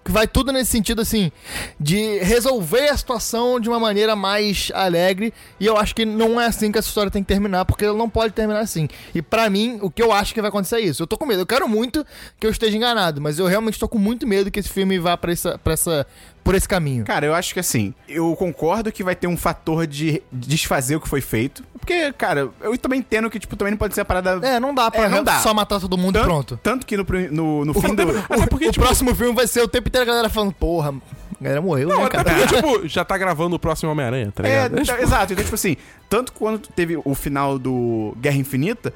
que vai tudo nesse sentido assim, de resolver a situação de uma maneira mais alegre. E eu acho que não é assim que essa história tem que terminar, porque ela não pode terminar assim. E pra mim, o que eu acho que vai acontecer é isso. Eu tô com medo. Eu quero muito que eu esteja enganado, mas eu realmente tô com muito medo que esse filme vá pra essa, pra essa, por esse caminho.
Cara, eu acho que assim, eu concordo que vai ter um fator de desfazer o que foi feito. Porque, cara, eu também entendo que, tipo, também não pode ser a parada.
É, não dá pra
É, não dá.
só matar todo mundo e
tanto,
pronto.
Tanto que no, pri- no, no fim do.
O, o
tipo,
próximo filme vai ser o tempo inteiro a galera falando, porra, a galera morreu,
Não,
né,
até
cara?
porque, tipo, já tá gravando o próximo Homem-Aranha, tá
É,
ligado?
tá- exato. Então, tipo assim, tanto quando teve o final do Guerra Infinita,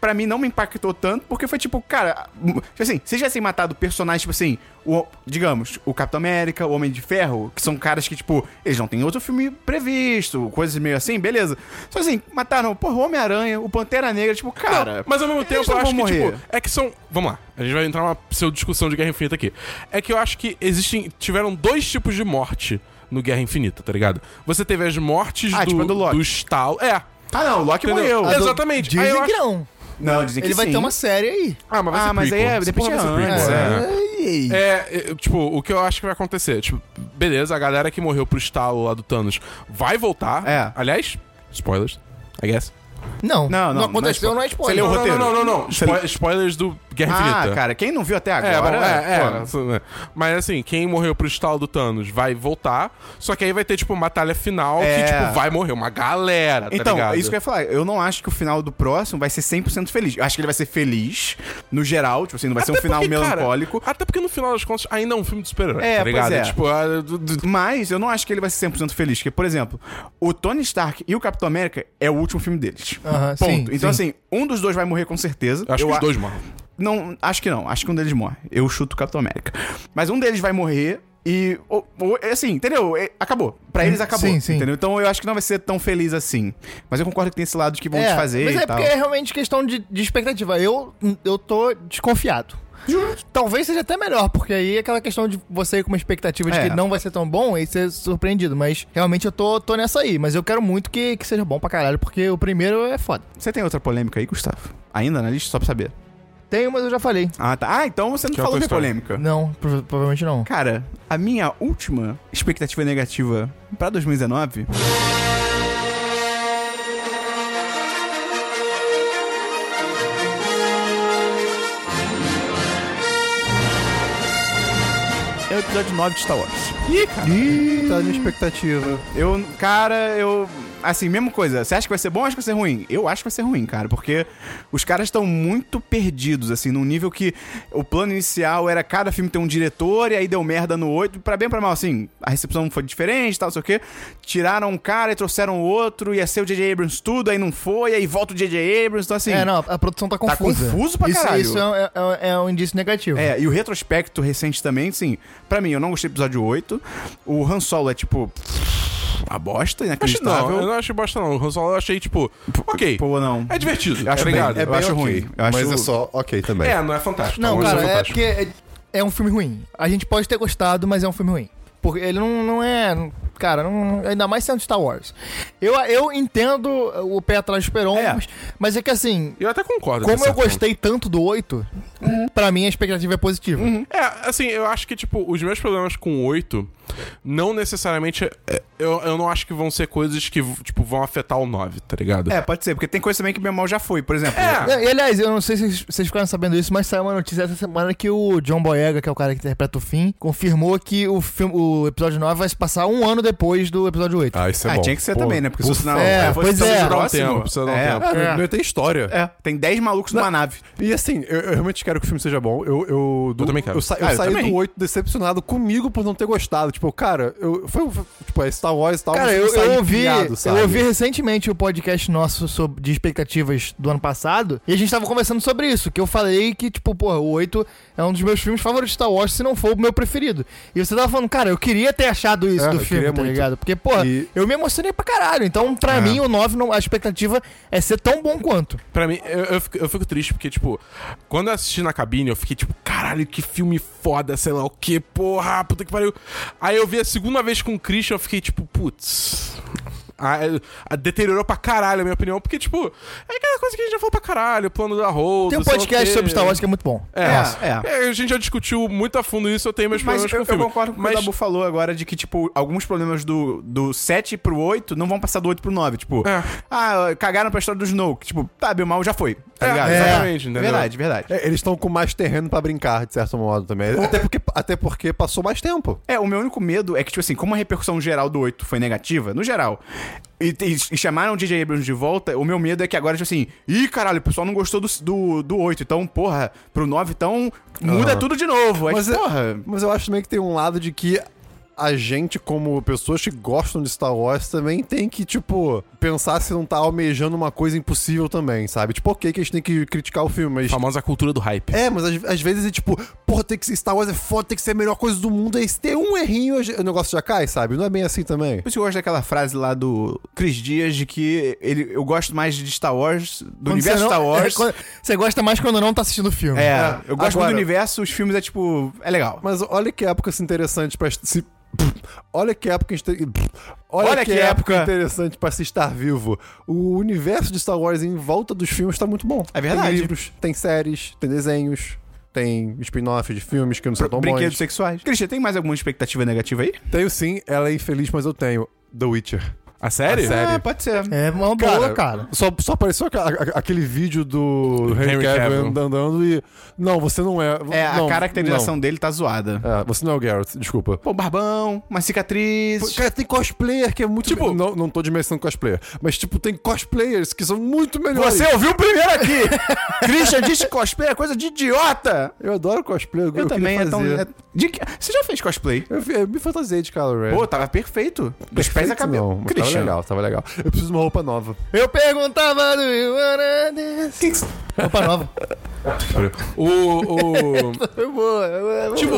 pra mim não me impactou tanto, porque foi tipo, cara, m- tipo assim, se tivessem matado personagens, tipo assim, o- digamos, o Capitão América, o Homem de Ferro, que são caras que, tipo, eles não têm outro filme previsto, coisas meio assim, beleza. Só assim, mataram, porra, o Homem-Aranha, o Pantera Negra, tipo, cara.
Mas ao mesmo
eles
tempo,
não
eu acho que,
vão morrer.
tipo, é que são. Vamos lá, a gente vai entrar numa pseudo-discussão de Guerra Infinita aqui. É que eu acho que existem. Tiveram dois tipos de morte no Guerra Infinita, tá ligado? Você teve as mortes
Ah,
do,
tipo a do Loki.
Stal. É.
Ah, não, o Loki
Entendeu?
morreu.
Ah, Exatamente.
Dizem
Aí eu
que
acho-
não.
Não, dizem que
Ele vai
sim.
ter uma série aí.
Ah, mas vai ser
Ah, mas
prequel.
aí é-
Essa
depois
porra
é
vai ser
antes,
prequel,
é.
é. É, é, tipo, o que eu acho que vai acontecer? Tipo, beleza, a galera que morreu pro estalo lá do Thanos vai voltar.
É.
Aliás, spoilers, I guess.
Não.
Não, não, não é
aconteceu,
spoiler.
não é
Você leu o
spoiler.
não,
roteiro?
Não, não, não, não. Spo- spoilers do Guerra
Ah,
Infinita.
cara, quem não viu até
É,
agora.
bom, é, é,
pô,
isso, né. Mas assim, quem morreu pro estalo do Thanos vai voltar, só que aí vai ter, tipo, uma batalha final
É.
que, tipo, vai morrer uma galera, tá
Então,
ligado?
é isso que eu ia falar. Eu não acho que o final do próximo vai ser 100% feliz. Eu acho que ele vai ser feliz, no geral. Tipo assim, não vai ser um
Até
final
porque, cara,
melancólico.
até porque no final das contas ainda é um filme de super-herói,
É,
tá
pois
ligado?
é.
Tipo, ah, do- do-
Mas eu não acho que ele vai ser 100% feliz. Porque, por exemplo, o Tony Stark e o Capitão América é o último filme deles.
Aham,
Ponto.
sim,
então,
sim.
assim, um dos dois vai morrer com certeza.
acho
eu
que os
a-
dois morrem.
Não, acho que não. Acho que um deles morre. Eu chuto o Capitão América. Mas um deles vai morrer e. ou- ou- assim, entendeu? É, Acabou. Pra eles acabou.
Sim, sim.
Entendeu? Então eu acho que não vai ser tão feliz assim. Mas eu concordo que tem esse lado de que vão
É,
desfazer
mas
e
é
tal.
porque é realmente questão de, de expectativa. Eu, eu tô desconfiado. Talvez seja até melhor, porque aí é aquela questão de você ir com uma expectativa de
É.
que não vai ser tão bom e ser surpreendido. Mas realmente eu tô, tô nessa aí. Mas eu quero muito que, que seja bom pra caralho, porque o primeiro é foda.
Você tem outra polêmica aí, Gustavo? Ainda na lista? Só pra saber.
Tem, mas eu já falei.
Ah, tá. Ah, então você não
Que é
falou
outra
de
história?
polêmica.
Não, pro- provavelmente não.
Cara, a minha última expectativa negativa pra 2019 é o episódio 9 de Star Wars.
Ih, tá de expectativa.
Eu, cara, eu. Assim, mesma coisa. Você acha que vai ser bom ou acha que vai ser ruim? Eu acho que vai ser ruim, cara, porque os caras estão muito perdidos, assim, num nível que o plano inicial era cada filme ter um diretor e aí deu merda no 8. Pra bem ou pra mal, assim, a recepção foi diferente, tal, não sei o quê. Tiraram um cara e trouxeram outro, ia ser o J.J. Abrams tudo, aí não foi, aí volta o J.J. Abrams, então assim.
É, não, a produção tá confusa.
confuso pra
isso,
caralho.
Isso é, é- é um indício negativo.
É, e o retrospecto recente também, sim. Pra mim, eu não gostei do episódio 8. O Han Solo é tipo. A bosta,
Acho não,
inacreditável.
eu não achei bosta não. O Han Solo eu achei, tipo, ok.
Pô, não.
É divertido,
Eu acho bem-
obrigado.
é bem acho ruim. Eu acho-
Mas é só ok também.
É, não é fantástico.
Não,
Talvez
cara,
seja
é
fantástico.
porque é, é um filme ruim. A gente pode ter gostado, mas é um filme ruim. Porque ele não, não é. Cara, não, ainda mais sendo Star Wars. Eu, eu entendo o pé atrás do Peron,
É.
mas, mas é que assim.
Eu até concordo.
Como
até
eu
certo
gostei tanto do 8, pra mim a expectativa é positiva.
ponto. É, assim, eu acho que, tipo, os meus problemas com oito não necessariamente. é, Eu, eu não acho que vão ser coisas que, tipo, vão afetar o 9, tá ligado?
É, pode ser, porque tem coisa também que meu mal já foi, por exemplo. Ah,
É.
E, aliás, eu não sei se vocês- vocês ficaram sabendo isso, mas saiu uma notícia essa semana que o John Boyega, que é o cara que interpreta o Finn, confirmou que o, filme, o episódio 9 vai se passar um ano depois do episódio 8.
Ah, isso é
Ah,
bom.
tinha que ser
Pô,
também, né? Porque se senão.
é,
eu fosse
pois
tão
é.
próximo-
Dá um tempo, precisa dar um
é,
tempo.
Ah,
É.
não, não tem história.
É, tem 10 malucos numa nave.
E assim, eu, eu realmente quero que o filme seja bom. Eu, eu, do-
também quero.
Eu, sa- eu
Ah, eu
saí
também.
do 8 decepcionado comigo por não ter gostado. Tipo, cara, eu, foi um. Tipo, é Star Wars e tal.
Cara,
mas
eu,
saí
eu, ouvi,
pilhado,
eu
sabe?
ouvi recentemente o podcast nosso sobre, de expectativas do ano passado, e a gente tava conversando sobre isso, que eu falei que, tipo, porra, o 8 é um dos meus filmes favoritos de Star Wars, se não for o meu preferido. E você tava falando, cara, eu queria ter achado isso
É,
do
eu
filme, tá
queria muito.
ligado? Porque, porra,
E- É.
eu me emocionei pra caralho. Então, pra mim, o 9, não- a expectativa é ser tão bom quanto.
Pra mim, eu, eu, fico, eu fico triste porque, tipo, quando eu assisti na cabine, eu fiquei tipo, caralho, que filme foda, sei lá o que, porra, puta que pariu. Aí eu vi a segunda vez com o Christian, eu fiquei tipo, putz. Ah, eu- ah, deteriorou pra caralho a minha opinião, porque, tipo, é aquela coisa que a gente já falou pra caralho, plano da Roll.
Tem um podcast sobre Star Wars que é muito bom.
É,
Ah,
É, é.
é, a gente já discutiu muito a fundo isso, eu tenho meus
Mas
problemas
eu, eu
com o filme.
concordo com o que
mas,
o Dabu falou agora de que, tipo, alguns problemas do, do 7 pro 8 não vão passar do 8 pro 9. Tipo,
É.
ah, cagaram pra história do Snow. que, Tipo, tá, bem ou mal já foi. Tá
É,
ligado?
exatamente, entendeu?
Verdade, verdade.
É, eles estão com mais terreno pra brincar, de certo modo, também. Até porque, até porque passou mais tempo.
É, o meu único medo é que, tipo assim, como a repercussão geral do 8 foi negativa, no geral, e, e- e chamaram o DJ Abrams de volta, o meu medo é que agora, tipo assim, ih, caralho, o pessoal não gostou do, do, do 8, então, porra, pro 9, então, muda tudo de novo. Aí,
Mas,
tipo,
é-
porra.
mas eu acho também que tem um lado de que a gente, como pessoas que gostam de Star Wars, também tem que, tipo, pensar se não tá almejando uma coisa impossível também, sabe? Tipo, ok que a gente tem que criticar o filme, mas.
Famosa cultura do hype.
É, mas às, às vezes é tipo, porra, tem que ser Star Wars é foda, tem que ser a melhor coisa do mundo. Aí se tem um errinho, a gente- o negócio já cai, sabe? Não é bem assim também.
Por isso que eu gosto daquela frase lá do Chris Dias de que ele, eu gosto mais de Star Wars, do universo
você não-
Star Wars.
é, quando- você gosta mais quando não tá assistindo o filme.
É,
É,
eu gosto
agora-
muito do universo, os filmes é tipo. É legal.
Mas olha que época assim, interessante pra se. Olha que época. inte- Olha,
Olha
que,
que
época
época.
interessante pra se estar vivo. O universo de Star Wars em volta dos filmes tá muito bom.
É verdade.
Tem livros, tem séries, tem desenhos, tem spin-off de filmes que não são é tão
Brinquedos
bons.
sexuais. Christian, tem mais alguma expectativa negativa aí?
Tenho sim, ela é infeliz, mas eu tenho. The Witcher.
A série?
É, pode ser.
É uma boa, cara.
Só, só apareceu aca- a- aquele vídeo do Henry,
Henry
Cavill
Cavill.
andando e. Não, você não é.
É,
não,
a caracterização dele tá zoada.
não. É, você não é o Garrett, desculpa.
Pô, barbão, uma cicatriz.
Pô, Cara, tem cosplayer que é muito.
Tipo-
não, não tô dimensionando cosplayer. Mas, tipo, tem cosplayers que são muito melhores.
Você ouviu primeiro aqui! Christian disse que cosplay é coisa de idiota!
Eu adoro cosplayer.
Eu, também, é
queria
tão.
fazer.
é- de que- Você já fez cosplay?
Eu, fi- eu me fantasiei de Kylo Ren.
Pô, tava perfeito. Dos
É. Perfeito,
pés a cabelo.
não, mas Tava
Christian.
legal, tava legal. Eu preciso de uma roupa nova.
Eu perguntava do You Wanna Dance. Opa, nova.
O. o...
Foi boa. foi boa.
tipo,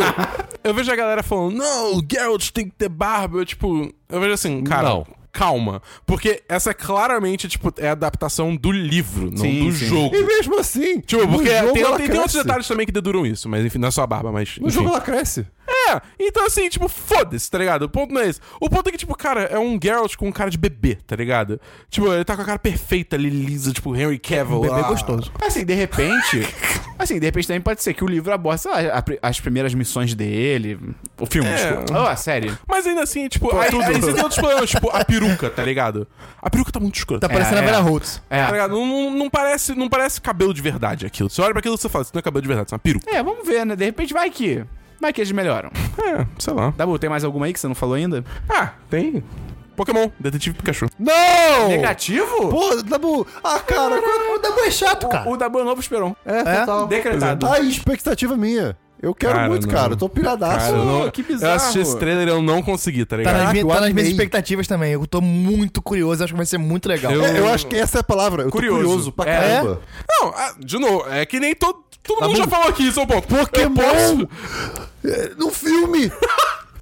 eu vejo a galera falando, não, o Geralt tem que ter barba. Eu, tipo, eu vejo assim, cara.
Não.
Calma, porque essa claramente tipo, é a adaptação do livro, não
Sim,
do
sim.
jogo.
E mesmo assim.
Tipo, porque
no jogo
tem,
ela
tem- tem outros
cresce.
detalhes também que deduram isso, mas enfim, não é só a barba, mas.
No
enfim.
jogo ela cresce.
É, então assim, tipo, foda-se, tá ligado? O ponto não é esse. O ponto é que, tipo, cara, é um Geralt com um cara de bebê, tá ligado? Tipo, ele tá com a cara perfeita ali, lisa, tipo, Henry Cavill.
Um Bebê
ah.
gostoso.
Assim, de repente. assim, de repente também pode ser que o livro aborda, sei lá, a pri- as primeiras missões dele. O filme,
É.
desculpa. Oh, a série.
Mas ainda assim, tipo,
é
aí, aí você tem outros problemas, tipo, a peruca, tá ligado? A peruca tá muito escura.
Tá parecendo
é.
a Vera Holtz.
Tá
É.
ligado? Não, não, não parece, não parece cabelo de verdade aquilo. Você olha pra aquilo e você fala, isso não é cabelo de verdade, isso é uma peruca.
É, vamos ver, né? De repente vai que. Vai que eles melhoram.
É, sei lá.
Dabu, tem mais alguma aí que você não falou ainda?
Ah, tem. Pokémon, Detetive Pikachu.
Não!
Negativo?
Pô, Dabu. Ah, cara. O Dabu é chato,
cara.
O Dabu é o novo Esperon.
É, total.
Decretado.
Ah, expectativa minha. Eu quero
Cara,
muito,
não.
cara. Eu tô piradaço.
eu não-
que
Eu
bizarro.
assisti esse trailer e eu não consegui, tá
Tá
ligado?
nas, minhas-
eu
tá nas minhas
amei.
expectativas também. Eu tô muito curioso, acho que vai ser muito legal.
Eu-
É, eu acho que essa é a palavra. Eu
Curioso.
tô curioso pra
É.
caramba.
Não, ah, de novo, é que nem todo, todo
Tá
mundo já
bom.
falou aqui, isso é o ponto.
Pokémon!
Eu posso-
É, num filme!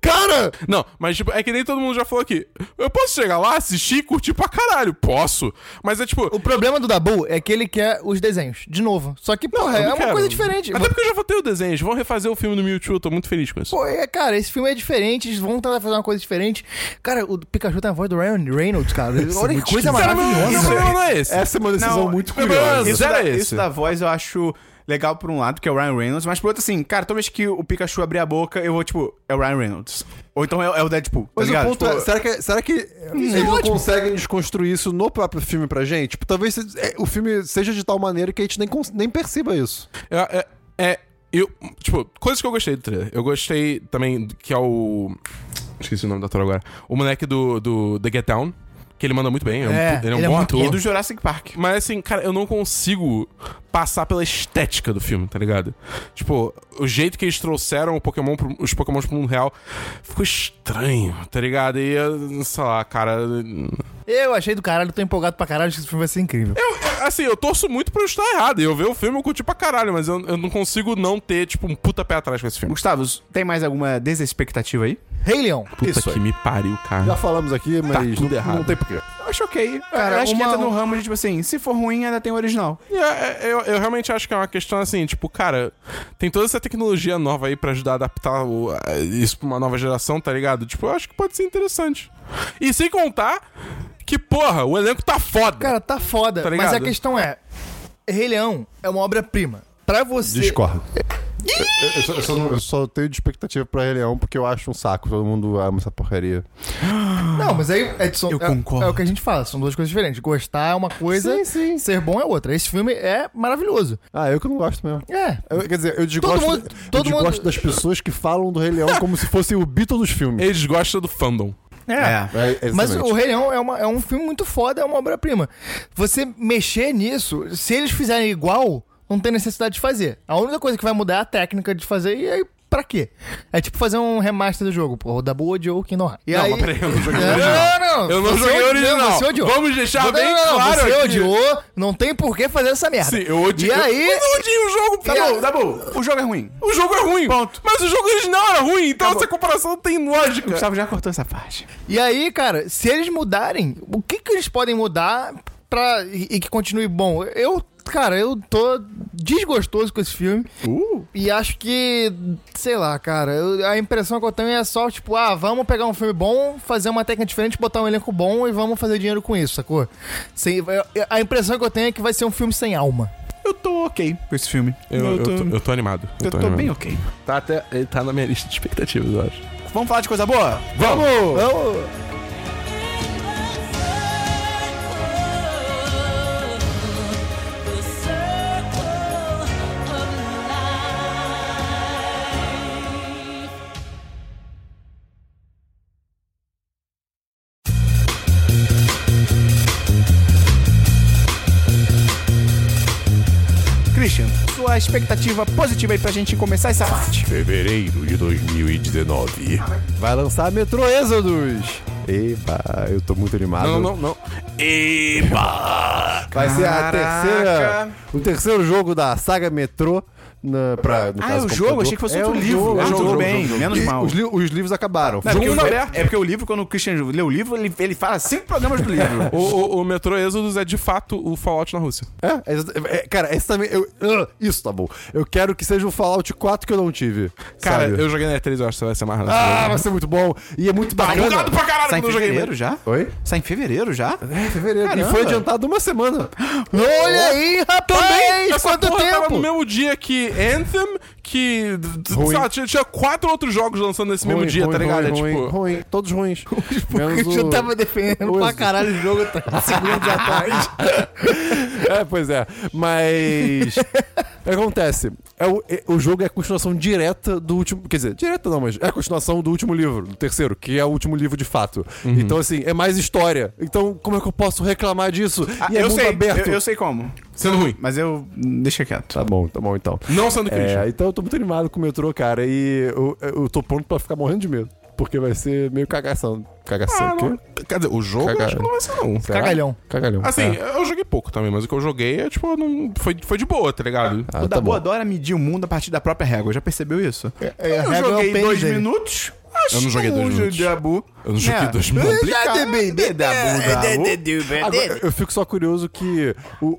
Cara!
Não, mas tipo, é que nem todo mundo já falou aqui. Eu posso chegar lá, assistir e curtir pra caralho? Posso. Mas é tipo.
O problema do Dabu é que ele quer os desenhos, de novo. Só que, porra,
eu
é
não
uma
quero.
coisa diferente.
Até porque eu já votei o desenho, eles vão refazer o filme do Mewtwo, eu tô muito feliz com isso.
Pô, é, cara, esse filme é diferente, eles vão tentar fazer uma coisa diferente. Cara, o Pikachu tem a voz do Ryan Reynolds, cara.
é
Olha que coisa
Cara, mas
maravilhosa.
O problema não é esse.
Essa é uma decisão muito
meu
curiosa.
Deus.
Isso
Era
da,
esse.
isso da voz eu acho legal por um lado, que é o Ryan Reynolds, mas por outro, assim, cara, toda vez que o Pikachu abrir a boca, eu vou, tipo, é o Ryan Reynolds. Ou então é, é o Deadpool, tá
Mas o
ligado?
ponto
Tipo,
é, será que, será que
Hum,
eles não conseguem desconstruir isso no próprio filme pra gente? Tipo, talvez se- é, o filme seja de tal maneira que a gente nem, cons- nem perceba isso.
É, é, é, eu, tipo, coisas que eu gostei do trailer. Eu gostei também do- que é o. Esqueci o nome do ator agora. O moleque do, do The Get Down, que ele manda muito bem. É, um-
É,
ele é um
ele é
bom
muito
ator.
E do Jurassic Park.
Mas assim, cara, eu não consigo passar pela estética do filme, tá ligado? Tipo, o jeito que eles trouxeram o Pokémon pro- os Pokémons pro mundo real ficou estranho, tá ligado? E, eu- sei lá, cara.
Eu achei do caralho, tô empolgado pra caralho, acho que esse filme vai ser incrível.
Eu, eu- assim, eu torço muito pra eu estar errado. E eu ver o filme eu curti pra caralho, mas eu, eu não consigo não ter, tipo, um puta pé atrás com esse filme.
Gustavo, tem mais alguma desexpectativa aí?
Rei Leão.
Puta
Isso
que
aí.
me pariu,
Já
cara.
falamos aqui, mas
tudo
não,
errado.
não tem porquê.
Eu acho ok.
Cara,
eu acho que
uma-
entra no ramo de, tipo assim, se for ruim, ainda tem o original.
E é- é- eu, eu realmente acho que é uma questão assim, tipo, cara, tem toda essa tecnologia nova aí pra ajudar a adaptar o- a- isso pra uma nova geração, tá ligado? Tipo, eu acho que pode ser interessante. E sem contar que, porra, o elenco tá foda.
Cara, tá foda.
Tá
mas
ligado?
a questão é: Rei Leão é uma obra-prima. Pra você.
Discordo. Eu, É, eu só, eu só não- eu só tenho de expectativa pra Rei Leão porque eu acho um saco. Todo mundo ama essa porcaria.
Não, mas aí Edson,
Eu
é,
concordo.
é o que a gente fala, são duas coisas diferentes. Gostar é uma coisa,
Sim, sim.
ser bom é outra. Esse filme é maravilhoso.
Ah, eu que não gosto mesmo.
É.
Eu- quer dizer, eu desgosto,
mundo- todo
eu desgosto
mundo-
das pessoas que falam do Rei Leão como se fosse o Beatle dos filmes.
Eles gostam do fandom.
É.
É,
Mas
exatamente.
o Rei Leão é, uma- é um filme muito foda, é uma obra-prima. Você mexer nisso, se eles fizerem igual, não tem necessidade de fazer. A única coisa que vai mudar é a técnica de fazer e aí pra quê? É tipo fazer um remaster do jogo, porra, da boa ou Kingdom Hearts. E
Não,
aí...
mas peraí, eu não joguei
Não,
original.
não, não.
Eu não
Você
joguei
odiou,
original.
Você odiou.
Vamos deixar
Não,
bem
não, não,
claro
Você
aqui.
odiou, não tem por que fazer essa merda.
Sim, eu odio.
E aí...
Mas eu odio o jogo,
Tá
cara.
bom, tá bom. O jogo é ruim.
O jogo é ruim.
Ponto.
Mas o jogo original era ruim, então
Tá
essa comparação não tem
O
lógica.
Gustavo já cortou essa parte.
E aí, cara, se eles mudarem, o que que eles podem mudar pra, e, e que continue bom? Eu, cara, eu tô desgostoso com esse filme.
Uh,
E acho que, sei lá, cara, eu- a impressão que eu tenho é só, tipo, ah, vamos pegar um filme bom, fazer uma técnica diferente, botar um elenco bom e vamos fazer dinheiro com isso, sacou? Sem, eu- eu- a impressão que eu tenho é que vai ser um filme sem alma.
Eu tô ok com esse filme.
animado.
eu tô bem ok.
Tá até, ele tá na minha lista de expectativas, eu acho.
Vamos falar de coisa boa?
Vamos!
The circle of life.
Christian, sua expectativa positiva aí pra gente começar essa parte.
Fevereiro de 2019.
Vai lançar Metro Exodus. Eba, eu tô muito animado.
Ah, Não, não, não.
Eba!
Vai ser a
Caraca.
terceira, o terceiro jogo da saga Metrô. Na, pra, no
Ah, é
caso,
o
computador.
jogo? Achei que fosse outro livro.
jogo,
Ah,
é o
tudo
jogo,
bem,
jogo, jogo.
menos
E
mal.
Os, li- os livros acabaram.
Não, é,
Jogo
porque o,
mundo
é-
aberto.
é porque o livro, quando o Christian lê o livro, ele, ele fala cinco programas do livro.
O, o, o Metro Exodus é de fato o Fallout na Rússia.
É, exa- é, cara, esse também. eu- ah, isso tá bom. Eu quero que seja o Fallout 4 que eu não tive.
Cara,
sabe?
eu joguei na E3, eu acho que você vai se amarrar nesse
Ah,
jogo.
vai ser muito bom. E é muito
Tá bugado
bacana.
pra caralho
Sai em
quando eu joguei
fevereiro
nele.
já?
Oi?
Sai em fevereiro já?
É, fevereiro.
Caramba.
E foi adiantado uma semana.
Olha aí, rapaz!
Essa
quanto
porra tava no
tempo?
mesmo dia que Anthem, que. d- d-
Ruim.
Sei lá, tinha, tinha quatro outros jogos lançando nesse mesmo
Ruim,
dia,
ruim,
tá ligado?
Ruim,
é tipo.
ruim, ruim. Todos ruins.
Porque
Menos
eu
o-
tava defendendo
o
pra
Exo.
caralho o jogo tá, segundos atrás.
É, pois é. Mas. o que Acontece. É o, é- o jogo é a continuação direta do último. Quer dizer, direta não, mas é a continuação do último livro, do terceiro, que é o último livro de fato.
Uhum.
Então, assim, é mais história. Então, como é que eu posso reclamar disso?
Ah,
e é
eu
mundo
sei,
aberto.
Eu, eu sei como.
Sendo ruim.
Mas eu. Deixa quieto.
Tá bom, tá bom então.
Não sendo Christian.
É, então eu tô muito animado com o metrô, cara, e eu, eu tô pronto pra ficar morrendo de medo. Porque vai ser meio cagação. Cagação,
Ah,
o quê?
não. Quer dizer, o jogo eu acho que não vai ser, não.
Será?
Cagalhão.
Cagalhão.
Assim,
é.
eu joguei pouco também, mas o que eu joguei é, tipo, não... foi, foi de boa, tá ligado?
Ah,
o
tá
Dabu
bom.
adora medir o mundo a partir da própria régua. Já percebeu isso?
é, a
eu
régua é o
joguei
pênis
dois
dele.
minutos. Acho
Eu não joguei
que
dois
o
minutos.
Dabu,
Eu não joguei
né?
dois um. minutos.
Já de bebê,
é,
Dabu, Dabu.
Agora, eu fico só curioso que o,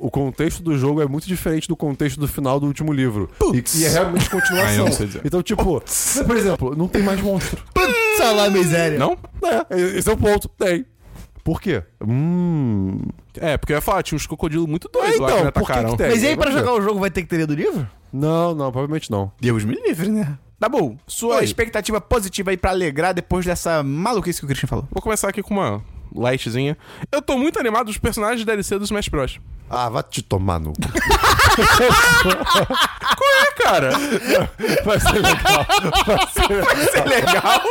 o, o contexto do jogo é muito diferente do contexto do final do último livro. E, e é realmente
Ah, eu
continuação.
não sei dizer.
então, tipo, por exemplo, não tem mais monstro.
Putz, lá, miséria.
Não?
É, esse é o ponto. Tem. Por quê? Hum.
É, porque eu ia falar, tinha uns crocodilos muito doidos
É,
lá que me
então, por que que
atacaram.
tem?
é,
Mas e aí, pra
Vamos ver.
jogar o jogo, vai ter que ter lido o livro?
Não, não, provavelmente não.
Deus me livre, né? Dabu, sua
Oi.
expectativa positiva aí pra alegrar depois dessa maluquice que o Christian falou.
Vou começar aqui com uma lightzinha. Eu tô muito animado dos personagens de DLC do Smash Bros.
Ah, vai te tomar no.
É, cara!
Vai ser legal.
Legal!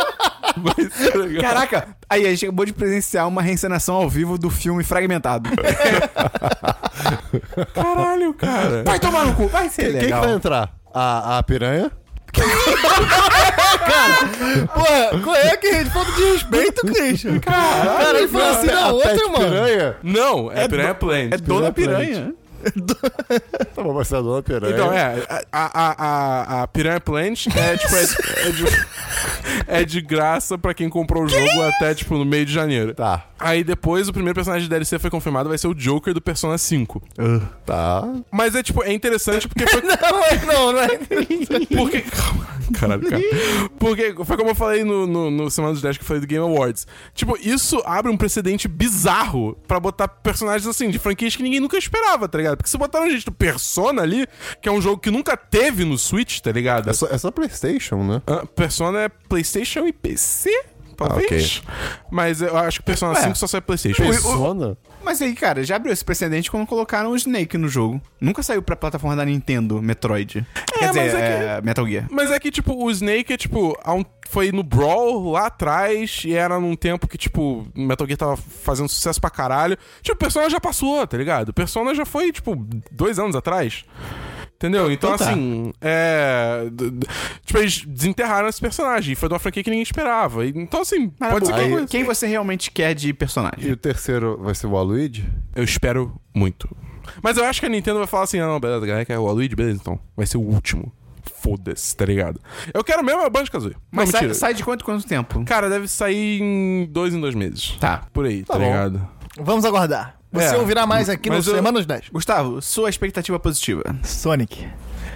Vai ser legal.
Caraca, aí a gente acabou de presenciar uma reencenação ao vivo do filme Fragmentado.
Caralho, cara!
Vai tomar no cu, É vai ser
Quem que
legal.
vai entrar? A, a piranha?
Pô, qual é que é? Falta de respeito, Christian. Caralho, cara, ele falou assim
A-
na
a
outra,
Pet
mano.
Piranha?
Não, é, Piranha Plant.
É Dona
Piranha
Piranha.
Tá bom, vai ser a dona piranha.
Então, é, a, a, a, a Piranha Plant é, tipo, é, é de, é de graça pra quem comprou o jogo até, tipo, no meio de janeiro.
Tá,
Aí depois o primeiro personagem de DLC foi confirmado, vai ser o Joker do Persona 5.
tá.
Mas é tipo, é interessante porque foi.
Não, é não, não é.
porque. calma, Caralho, cara. Porque foi como eu falei no, no, no Semana dos 10 que eu falei do Game Awards. Tipo, isso abre um precedente bizarro pra botar personagens assim, de franquias que ninguém nunca esperava, tá ligado? Porque se botaram gente do Persona ali, que é um jogo que nunca teve no Switch, tá ligado?
É só, é só PlayStation, né?
Ah, Persona é PlayStation e PC?
Ah,
Talvez. Mas eu acho que Persona
É.
5 só sai PlayStation.
Persona?
Mas aí, cara, já abriu esse precedente quando colocaram o Snake no jogo. Nunca saiu pra plataforma da Nintendo, Metroid. Quer
mas
dizer,
é
é Metal Gear.
Mas é que, tipo, o Snake, é, tipo, há um- foi no Brawl lá atrás e era num tempo que, tipo, Metal Gear tava fazendo sucesso pra caralho. Tipo, o Persona já passou, tá ligado? O Persona já foi, tipo, dois anos atrás. Entendeu? Então,
Então tá.
assim, é. d- d- Tipo, eles desenterraram esse personagem. E foi de uma franquia que ninguém esperava. E- Então, assim, pode ser que
Aí,
alguma coisa.
quem você realmente quer de personagem?
E o terceiro vai ser o Aluigi?
Eu espero muito. Mas eu acho que a Nintendo vai falar assim: ah, não, beleza, galera, quer o Aluigi, beleza, então. Vai ser o último. Foda-se, tá ligado? Eu quero mesmo a Banjo Kazooie.
Mas
não,
sai,
mentira.
sai de quanto quanto tempo?
Cara, deve sair em dois em dois meses.
Tá.
Por aí, tá,
bom.
ligado?
Vamos aguardar. Você
É.
ouvirá mais aqui no
Mas eu-
Semana dos 10.
Gustavo, sua expectativa positiva.
Sonic.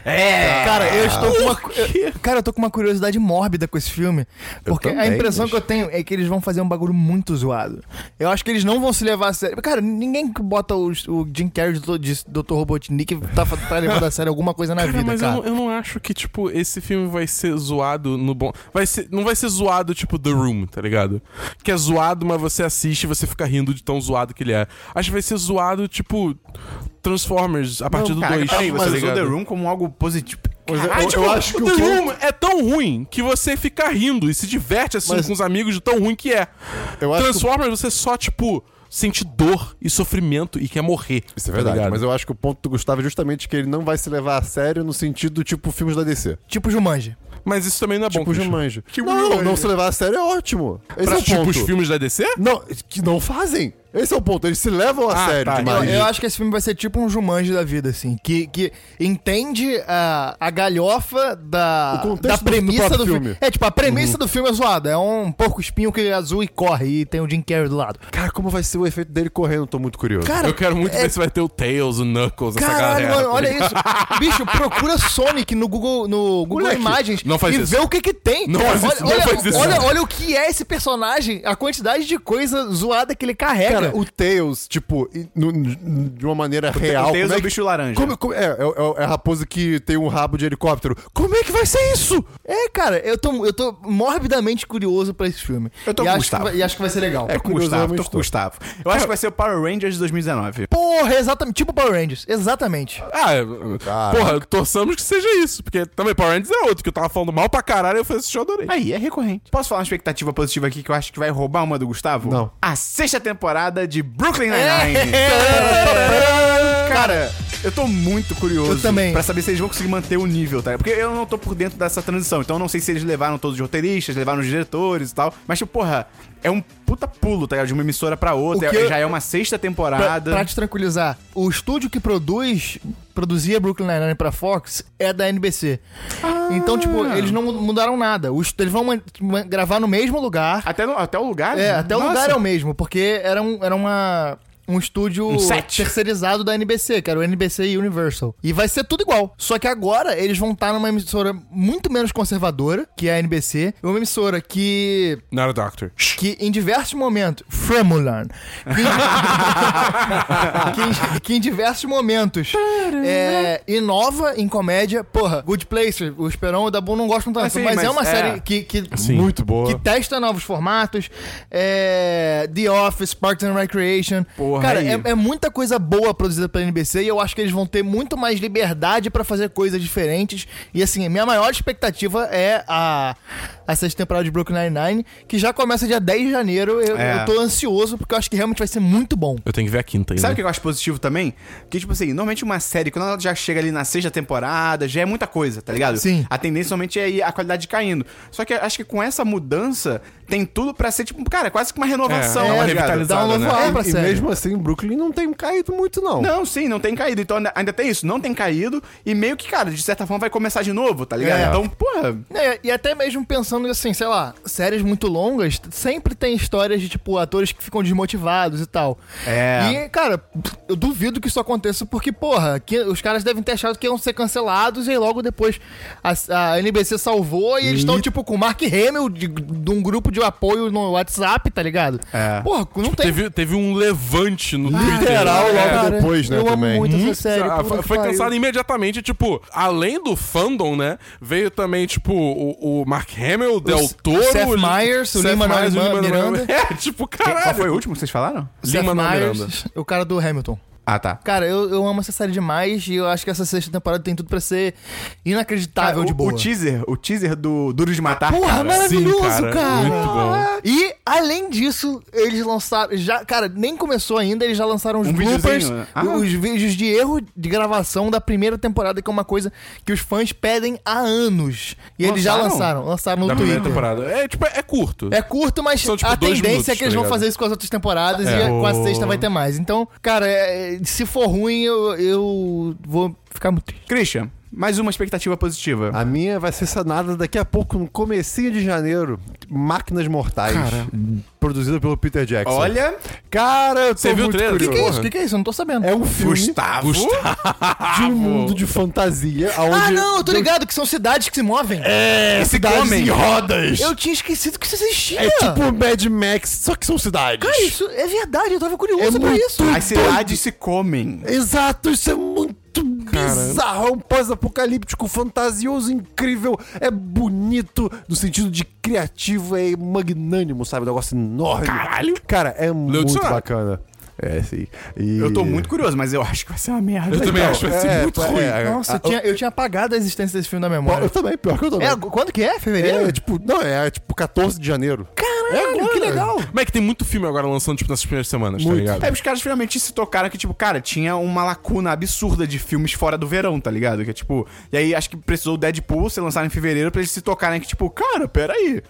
É!
Cara, eu estou com uma. eu- Cara, eu tô com uma curiosidade mórbida com esse filme. Porque a
também,
impressão
mas-
que eu tenho é que eles vão fazer um bagulho muito zoado. Eu acho que eles não vão se levar a sério. Cara, ninguém que bota os- o, Jim Carrey de, de Dr. Robotnik tá, tá levando a sério alguma coisa na
Cara,
vida,
mas eu
cara.
não- Eu, não, acho que, tipo, esse filme vai ser zoado no bom. Vai ser, não vai ser zoado, tipo, The Room, tá ligado? Que é zoado, mas você assiste e você fica rindo de tão zoado que ele é. Acho que vai ser zoado, tipo, Transformers a partir do
Caraca,
2.
peraí,
tá
você usou
ligado?
The Room como algo positivo.
eu, eu acho que
O
Ah, o
The
que eu,
Room é tão ruim que você fica rindo e se diverte assim
Mas-
com os amigos de tão ruim que é.
eu acho que o-
Transformers, você só, tipo, sente dor e sofrimento e quer morrer.
Isso é
tá
verdade,
ligado?
mas eu acho que o ponto do Gustavo é justamente que ele não vai se levar a sério no sentido tipo filmes da DC.
Tipo Jumanji.
Mas isso também não é bom.
Tipo
Christian.
Jumanji. não, não se levar a sério é ótimo. Esse
Pra,
é o
tipo,
ponto.
os filmes da DC?
Não, que não fazem. Esse é o ponto. Eles se levam a
Ah,
sério
tá.
Eu,
demais.
eu acho que esse filme vai ser tipo um Jumanji da vida, assim. Que, que entende a, a galhofa da,
O contexto
da
do- do
premissa do,
próprio
filme.
filme.
É, tipo, a premissa
Uhum.
do filme é zoada. É um porco espinho que é azul e corre e tem o Jim Carrey do lado.
Cara, como vai ser o efeito dele correndo? Tô muito curioso.
Cara,
eu quero muito
é-
ver se vai ter o Tails, o Knuckles, essa
Caralho,
galera.
mano,
tá
olha
ligado?
isso. Bicho, procura Sonic no Google, no Google
Moleque,
Imagens
não faz
e
isso.
vê o que que tem.
Não
Cara,
faz isso,
olha,
não
olha-
faz isso.
olha- olha o que é esse personagem, a quantidade de coisa zoada que ele
Cara,
carrega.
o Tails, tipo, e- no- no- de uma maneira real.
o Tails
como
é o
que-
bicho laranja.
Como- como- é, é, é- é a raposa que tem um rabo de helicóptero. Como é que vai ser isso?
É, cara, eu tô, eu tô morbidamente curioso pra esse filme.
Eu tô
e
com
acho
Gustavo.
que vai- E acho que vai ser legal.
É,
Tô com o
curioso,
Gustavo,
realmente
tô com o
tô.
Gustavo. Eu acho que vai ser o Power Rangers de 2019.
Porra, exatamente. Tipo Power Rangers. Exatamente.
Ah, é- porra, torçamos que seja isso. Porque também Power Rangers é outro, que eu tava falando mal pra caralho e eu fui assistir, eu adorei.
Aí, é recorrente. Posso falar uma expectativa positiva aqui que eu acho que vai roubar uma do Gustavo?
Não.
A sexta temporada de Brooklyn Nine-Nine. Cara, eu tô muito curioso
É. Eu também.
pra saber se eles vão conseguir manter o nível, tá? Porque eu não tô por dentro dessa transição, então eu não sei se eles levaram todos os roteiristas, levaram os diretores e tal. Mas, tipo, porra, é um puta pulo, tá? ligado? De uma emissora pra outra,
O que-
é- já é uma sexta
Pra,
temporada.
pra te tranquilizar, o estúdio que produz, produzia Brooklyn Nine-Nine pra Fox, é da NBC.
Ah.
Então, tipo, eles não mu- mudaram nada. O estu- eles vão man- man- gravar no mesmo lugar.
Até, no- até o lugar?
É, até o
Nossa.
lugar é o mesmo, porque era, um, era uma... Um estúdio
Um set.
terceirizado da NBC, que era o NBC Universal. E vai ser tudo igual. Só que agora eles vão estar numa emissora muito menos conservadora, que é a NBC. Uma emissora que
Not a Doctor.
que em diversos momentos. Fremulan. Que em, que em- que em diversos momentos é, inova em comédia. Porra, Good Place, o Esperão e o Dabu não gostam tanto,
Assim,
mas,
mas
é uma
é.
série que. que
Muito boa.
que testa novos formatos, é, The Office, Parks and Recreation.
Porra,
Cara,
aí.
é, é muita coisa boa produzida pela NBC e eu acho que eles vão ter muito mais liberdade pra fazer coisas diferentes. E assim, a minha maior expectativa é a, a sexta temporada de Brooklyn Nine-Nine, que já começa dia 10 de janeiro. Eu,
É.
eu tô ansioso porque eu acho que realmente vai ser muito bom.
Eu tenho que ver a quinta ainda.
Sabe o que eu acho positivo também? Que, tipo assim, normalmente uma série, quando ela já chega ali na sexta temporada, já é muita coisa, tá ligado?
Sim.
A tendência somente é ir- a qualidade caindo. Só que acho que com essa mudança, tem tudo pra ser, tipo, cara, quase que uma renovação.
É, é,
tá
uma
ligado?
revitalização.
Dá um novo
né?
ar pra
Ah, E
série.
mesmo assim, Brooklyn não tem caído muito, não.
Não, sim, não tem caído. Então ainda, ainda tem isso, não tem caído. E meio que, cara, de certa forma vai começar de novo, tá ligado?
É.
Então, porra.
É, e até mesmo pensando assim, sei lá, séries muito longas, t- sempre tem histórias de, tipo, atores que ficam desmotivados e tal.
É.
E, cara, eu duvido que isso aconteça, porque, porra, que, os caras devem ter achado que iam ser cancelados e aí logo depois a, a NBC salvou e eles estão, tipo, com o Mark Hamill de, de um grupo de apoio no WhatsApp, tá ligado?
É.
Porra, não tem.
Teve, teve um levante no Twitter.
Tipo, Literal logo
É,
depois, né,
eu
também.
Amo muito
Muito
essa série.
bizarro. Hum? Ah,
puta
Foi-
que
foi
pariu.
cancelado imediatamente, tipo, além do fandom, né? Veio também, tipo, o, o Mark Hamill, o Del Toro,
Seth
o Li-
Meyers, o
Seth
Lin-Manuel
Meyers, o
Miranda.
Lin-Manuel É, tipo, caralho.
Qual foi o último que vocês falaram?
Seth
Lin-Manuel
Myers,
Miranda.
o cara do Hamilton.
Ah, tá.
Cara, eu, eu amo essa série demais e eu acho que essa sexta temporada tem tudo pra ser inacreditável
o,
Ah,
de boa.
o teaser, o teaser do Duro de Matar.
Porra,
cara.
Sim,
maravilhoso, cara.
Muito bom.
E Além disso, eles lançaram. Já, cara, nem começou ainda, eles já lançaram os
Um
bloopers,
videozinho, né? Ah.
os vídeos de erro de gravação da primeira temporada, que é uma coisa que os fãs pedem há anos. E eles já
Lançaram?
lançaram, lançaram no
da primeira
Twitter.
temporada. É, tipo, é curto.
É curto, mas
São, tipo,
a
dois
tendência
minutos,
é que eles
tá
vão
ligado?
fazer isso com as outras temporadas
É.
e com a
O-
sexta vai ter mais. Então, cara, é, se for ruim, eu, eu vou ficar muito triste.
Christian, mais uma expectativa positiva.
Ah,
A minha vai ser sanada daqui a pouco, no comecinho de janeiro. Máquinas Mortais. Produzida pelo Peter Jackson.
Olha,
Cara, eu tô
Você viu o
muito
trailer?
O que, que é
curioso.
isso? O que, que é isso? Eu não tô sabendo.
É um filme
Gustavo. Gustavo.
de um mundo de fantasia.
Ah,
onde
não, eu tô ligado que são cidades que se movem.
É,
Esse
cidades
homem.
em rodas.
Eu tinha esquecido que isso existia.
É tipo Mad Max, só que são cidades.
Cara, isso é verdade, eu tava curioso
É
sobre
muito-
isso.
as cidades se comem.
Exato, isso é muito bizarro. É um pós-apocalíptico fantasioso, incrível. É bonito no sentido de criativo, é magnânimo, sabe? Um negócio enorme.
Caralho.
Cara, é muito
dicionário.
bacana. É, sim. E-
Eu tô muito curioso, mas eu acho que vai ser uma merda. então.
Eu também acho que vai ser
É,
muito
é,
ruim.
é,
Nossa, eu,
a-
tinha, eu tinha apagado a existência desse filme da
Pô,
memória.
Eu também, pior que eu também.
É, quando que é? Fevereiro?
É, tipo, não, é tipo 14 de janeiro.
Caralho,
agora.
que legal.
Mas é que tem muito filme agora lançando, tipo, nessas primeiras semanas,
Muito.
tá
É,
ligado?
os caras finalmente se tocaram que, tipo, cara, tinha uma lacuna absurda de filmes fora do verão, tá ligado? Que é tipo. E aí acho que precisou o Deadpool ser lançado em fevereiro pra eles se tocarem que, tipo, cara, peraí.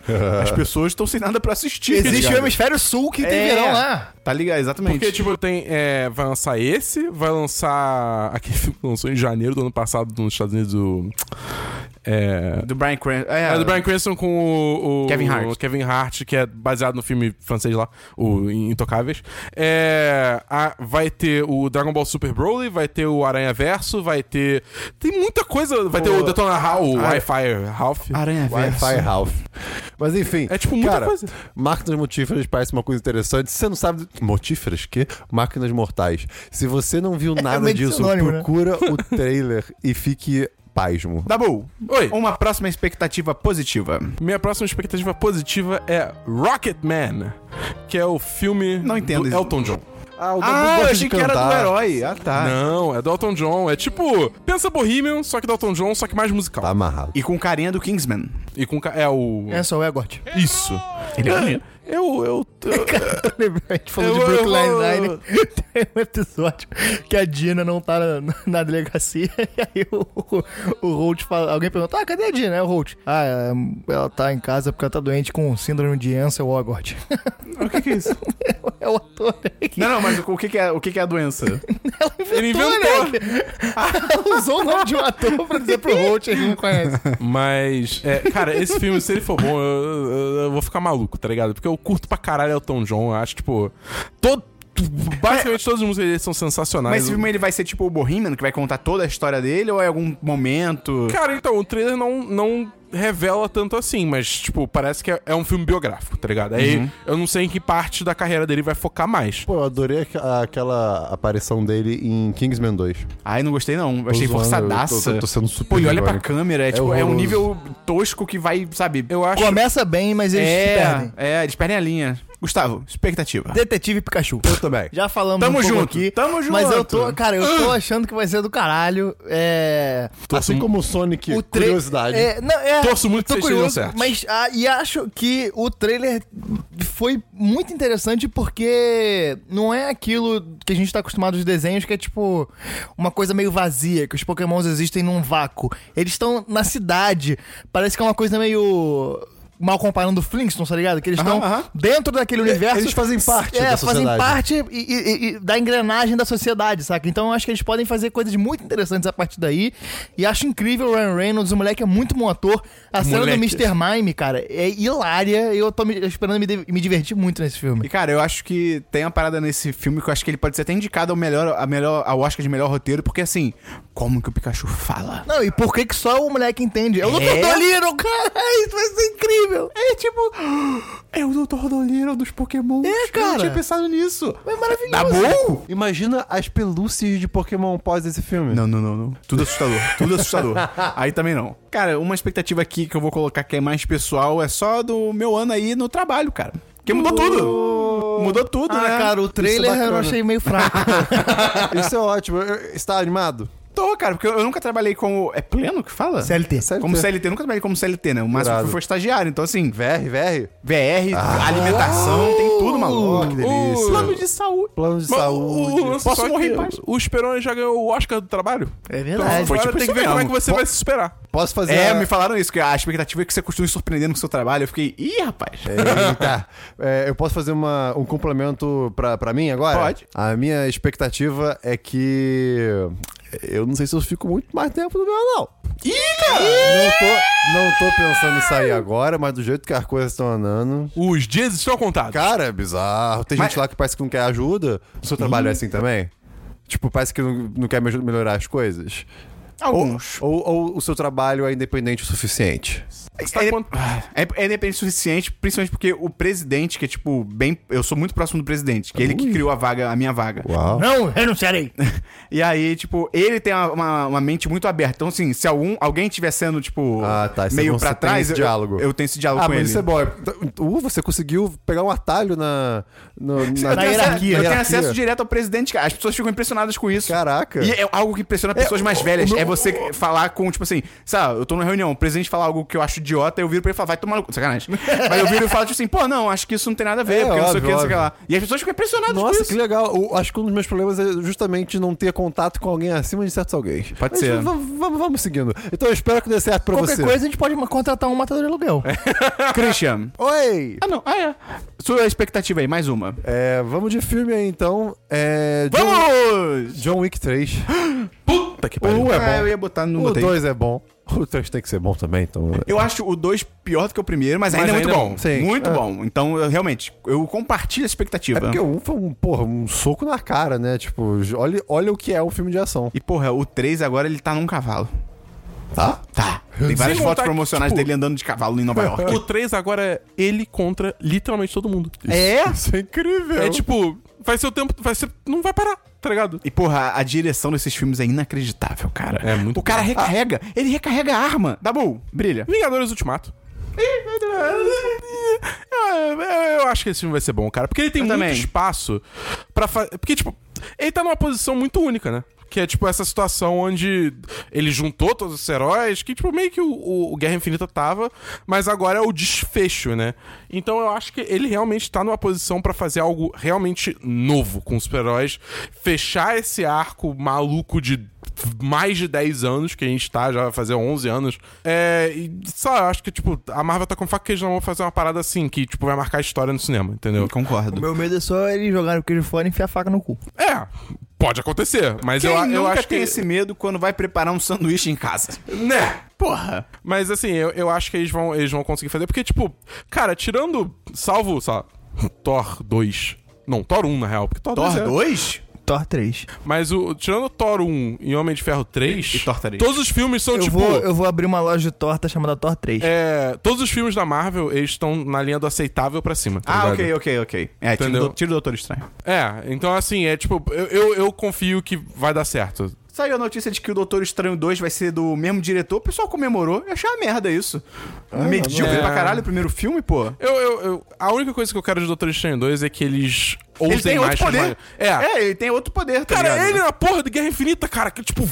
as pessoas estão sem nada pra assistir. tá
Existe
ligado?
o Hemisfério Sul que tem
É.
verão lá.
Tá ligado, exatamente.
Porque, tipo, tem. é, vai lançar esse, vai lançar aquele filme que lançou em janeiro do ano passado nos Estados Unidos. O, é.
do Brian Cranston. É,
É do Brian Cranston com o, o-
Kevin Hart.
o Kevin Hart, que é baseado no filme francês lá, o Intocáveis. É, a- vai ter o Dragon Ball Super Broly, vai ter o Aranha Verso, vai ter. Tem muita coisa. Vai ter o Detona Ralph, o
é.
Ah.
Wi-Fi Ralph.
Aranha
Wi-Fi
Verso.
Ralph. Mas enfim.
É, tipo, muita
cara,
coisa.
Máquinas mortíferas parece uma coisa interessante. Se você não sabe. Mortíferas? Que? Máquinas mortais. Se você não viu nada
É meio que
disso,
sinônimo, né?
procura o trailer e fique pasmo.
Dabu,
Oi.
uma próxima expectativa positiva.
Minha próxima expectativa positiva é Rocketman, que é o filme
Não entendo
do
isso.
Elton John.
Ah, o
Ah, eu achei que era do herói. Ah, tá.
Não, é do Elton John. É tipo, pensa Bohemian, só que do Elton John, só que mais musical.
Tá amarrado.
E com carinha do Kingsman.
E com ca- é o
É só o Egort.
isso.
Ele é
Eu eu, eu
A gente falou de
Eu- eu
Brooklyn
vou-
Nine-Nine. Tem um episódio que a Dina não tá na, na delegacia. E aí o, o, o Holt fala. Alguém pergunta: Ah, cadê a Dina? É o Holt. Ah, é, ela tá em casa porque ela tá doente com síndrome de Ansel Hogarth.
O que, que é isso?
É o ator, né? Que
não, não, mas o que, que, é, o que, que é a doença?
ele
ator,
inventou.
né? Ela usou o nome de um ator pra dizer pro Holt, ele não conhece.
Mas, é, cara, esse filme, se ele for bom, eu, eu- eu vou ficar maluco, tá ligado? Porque eu curto pra caralho Elton John. Eu acho, tipo, todo, basicamente todas as músicas dele são sensacionais.
Mas esse filme ele vai ser tipo o Bohemian, que vai contar toda a história dele, ou é algum momento?
Cara, então, o trailer não, não revela tanto assim, mas, tipo, parece que é, é um filme biográfico, tá ligado? Aí eu não sei em que parte da carreira dele vai focar mais.
Pô, eu adorei aqu- aquela aparição dele em Kingsman 2.
Ai, não gostei não. Eu Achei
zoando,
forçadaça.
eu tô- eu tô sendo super
Pô, e olha pra
irônico.
câmera, é, tipo, é um
horroroso.
nível tosco que vai, sabe...
Eu acho.
Começa bem, mas eles
é,
perdem.
é, eles perdem a linha. Gustavo, expectativa.
Detetive Pikachu.
Eu também.
Já falamos
Tamo
um pouco
junto,
aqui.
tamo junto. Ah.
Mas eu tô, cara, eu tô achando que vai ser do caralho. É.
assim como o Sonic,
o tra-
curiosidade.
É, não, é,
Torço muito que
tô
vocês
curioso,
estejam certos.
Mas ah, e acho que o trailer foi muito interessante porque não é aquilo que a gente tá acostumado dos desenhos, que é tipo uma coisa meio vazia, que os pokémons existem num vácuo. Eles estão na cidade. Parece que é uma coisa meio. Mal comparando Flintstones, tá ligado? Que eles estão
aham.
dentro daquele universo.
eles fazem parte
É,
da
fazem
sociedade.
parte parte e- e- e- da engrenagem da sociedade, saca? Então eu acho que eles podem fazer coisas muito interessantes a partir daí. E acho incrível o Ryan Reynolds, o moleque é muito bom ator. A cena do
Moleque.
Mr. Mime, cara, é hilária. Eu tô me- esperando me, de- me divertir muito nesse
E,
filme.
cara, eu acho que tem uma parada nesse filme que eu acho que ele pode ser até indicado ao melhor, a melhor, ao Oscar de melhor roteiro, porque assim, como que o Pikachu fala?
Não, e por que que só o moleque entende? É o Dr. Dolittle, cara! Isso vai ser incrível!
É tipo, é o Dr. Dolittle dos Pokémon.
É, cara.
Eu tinha pensado nisso.
É maravilhoso!
Tá
assim?
bom?
Uh! Imagina as pelúcias de Pokémon pós desse filme.
Não, não, não, não. Tudo assustador. Tudo assustador. Aí também não. Cara, uma expectativa aqui que eu vou colocar que é mais pessoal é só do meu ano aí no trabalho, cara. Oh. Porque mudou tudo. Mudou tudo,
Ah,
né?
cara, o trailer eu
é bacana.
achei meio fraco.
Isso é ótimo. Está animado?
Tô, cara, porque eu eu nunca trabalhei como. É pleno que fala?
CLT.
Sério? é
Como CLT, nunca trabalhei como CLT, né? O máximo
Irado.
que foi estagiário. Então, assim,
VR, VR.
VR, alimentação, tem tudo, maluco.
que delícia.
Plano de saúde.
Plano de
Mas
saúde.
o- o lance
Posso
só é
morrer
que
em paz?
O Esperone já ganhou o Oscar do trabalho.
É
Então
verdade.
foi
agora
tipo
tem que
isso
ver como é
mesmo.
que você
Po-
vai se superar.
Posso fazer.
É,
a-
me falaram isso, que a expectativa é que você costuma surpreendendo com o seu trabalho. Eu fiquei, ih, rapaz.
Eita. É, eu posso fazer uma- um complemento pra, pra mim agora?
Pode.
A minha expectativa é que. Eu não sei se eu fico muito mais tempo no meu, não.
Ih, cara!
Não tô, não tô pensando em sair agora, mas do jeito que as coisas estão andando.
Os dias estão contados.
Cara, é bizarro. Tem
Mas-
gente lá que parece que não quer ajuda. O seu trabalho é assim também? Tipo, parece que não, não quer me- melhorar as coisas.
Alguns.
Ou, ou o seu trabalho é independente o suficiente?
tá
É-
quanto-
É, é independente o suficiente, principalmente porque o presidente, que é tipo, bem. Eu sou muito próximo do presidente, que é ele que criou a vaga, a minha vaga.
Uau.
Não, renunciarei.
E aí, tipo, ele tem uma, uma- uma mente muito aberta. Então, assim, se algum, alguém estiver sendo, tipo,
Ah, tá. Isso é
meio
bom,
pra
você tem
trás,
esse
eu-
diálogo.
Eu, tenho esse diálogo
Ah,
com
mas
ele.
isso é bom. Uh, você conseguiu pegar um atalho na, no- né? na,
Eu tenho acesso-
hierarquia.
Eu tenho
hierarquia.
acesso direto ao presidente, cara. As pessoas ficam impressionadas com isso.
Caraca.
E é algo que impressiona pessoas mais velhas.
o meu-
É você falar com, tipo assim, sabe, eu tô numa reunião, o presidente fala algo que eu acho idiota, eu viro pra ele e falo, vai tomar no cu, sacanagem. Mas eu viro e falo, tipo assim, pô, não, acho que isso não tem nada a ver,
É,
porque não sei o que,
óbvio,
não sei o que
óbvio.
lá. E as pessoas ficam impressionadas com
Nossa,
isso.
que legal. Eu acho que um dos meus problemas é justamente não ter contato com alguém acima de certos alguém.
Pode ser.
Vamos, vamos- vamos seguindo. Então eu espero que dê certo pra
Qualquer
você.
coisa a gente pode ma- contratar um matador de aluguel.
Christian.
Oi!
Ah, não. Ah, é. Sua expectativa aí, mais uma.
É, vamos de filme aí então. É, John-
Vamos!
John Wick 3.
Puta que pariu.
Um é bom.
Ah,
eu
eu
ia botar no
o 2 é bom. O 3 tem que ser bom também, então.
Eu acho o 2 pior do que o primeiro, mas,
Mas
ainda é muito
ainda
bom.
bom,
sim.
Muito
É.
bom. Então, eu, realmente, eu compartilho a expectativa.
É porque um foi um, porra, um soco na cara, né? Tipo, olha, olha o que é um filme de ação.
E, porra, o 3 agora ele tá num cavalo.
Tá?
Tá. Tem várias fotos
Sem contar que,
promocionais
tipo,
dele andando de cavalo em Nova
O
York.
3 agora é ele contra literalmente todo mundo.
É?
Isso é incrível.
É tipo, vai ser o tempo. Vai ser. Não vai parar, tá ligado?
E, porra, a direção desses filmes é inacreditável, cara.
É muito
O cara
bom.
recarrega. Ele recarrega a arma. Dá bom. Brilha.
Vingadores Ultimato. Eu, eu acho que esse filme vai ser bom, cara. Porque ele tem
Eu
muito
também.
espaço pra fazer. Porque, tipo, ele tá numa posição muito única, né? Que é, tipo, essa situação onde ele juntou todos os heróis, que, tipo, meio que o, o- o Guerra Infinita tava, mas agora é o desfecho, né? Então eu acho que ele realmente tá numa posição pra fazer algo realmente novo com os super-heróis, fechar esse arco maluco de mais de 10 anos, que a gente tá, já vai fazer 11 anos. É, e, só, eu acho que, tipo, a Marvel tá com faca e queijo na mão pra fazer uma parada assim, que, tipo, vai marcar a história no cinema, entendeu?
Concordo.
Meu medo é só ele jogar o queijo fora e enfiar a faca no cu.
É, pode acontecer, mas
Quem
eu,
nunca
eu acho
tem
que...
esse medo quando vai preparar um sanduíche em casa?
Né?
Porra.
Mas, assim, eu, eu acho que eles vão, eles vão conseguir fazer, porque, tipo, cara, tirando, salvo, sei lá, Thor 2... Não, Thor 1, na real, porque Thor,
Thor
2 é-
2?
Thor 3.
Mas o, tirando Thor 1 e Homem de Ferro 3...
E- e Thor 3.
Todos os filmes são,
Eu,
tipo...
vou, eu vou abrir uma loja de torta chamada Thor 3.
é, todos os filmes da Marvel, eles estão na linha do aceitável pra cima. tá
Ah,
ligado?
ok, ok, ok. É, tira
Entendeu?
do, tira o Doutor Estranho.
É, então assim, é tipo, eu, eu, eu confio que vai dar certo.
Saiu a notícia de que o Doutor Estranho 2 vai ser do mesmo diretor. O pessoal comemorou. Eu achei uma merda isso. Medíocre
não.
pra
É.
caralho o primeiro filme, pô.
Eu, eu, eu- a única coisa que eu quero de Doutor Estranho 2 é que eles
Ele
ousem
tem
mais
outro
com
poder.
Mario. É.
ele tem outro poder, tá
Cara,
ligado?
ele na porra do Guerra Infinita, cara, que tipo,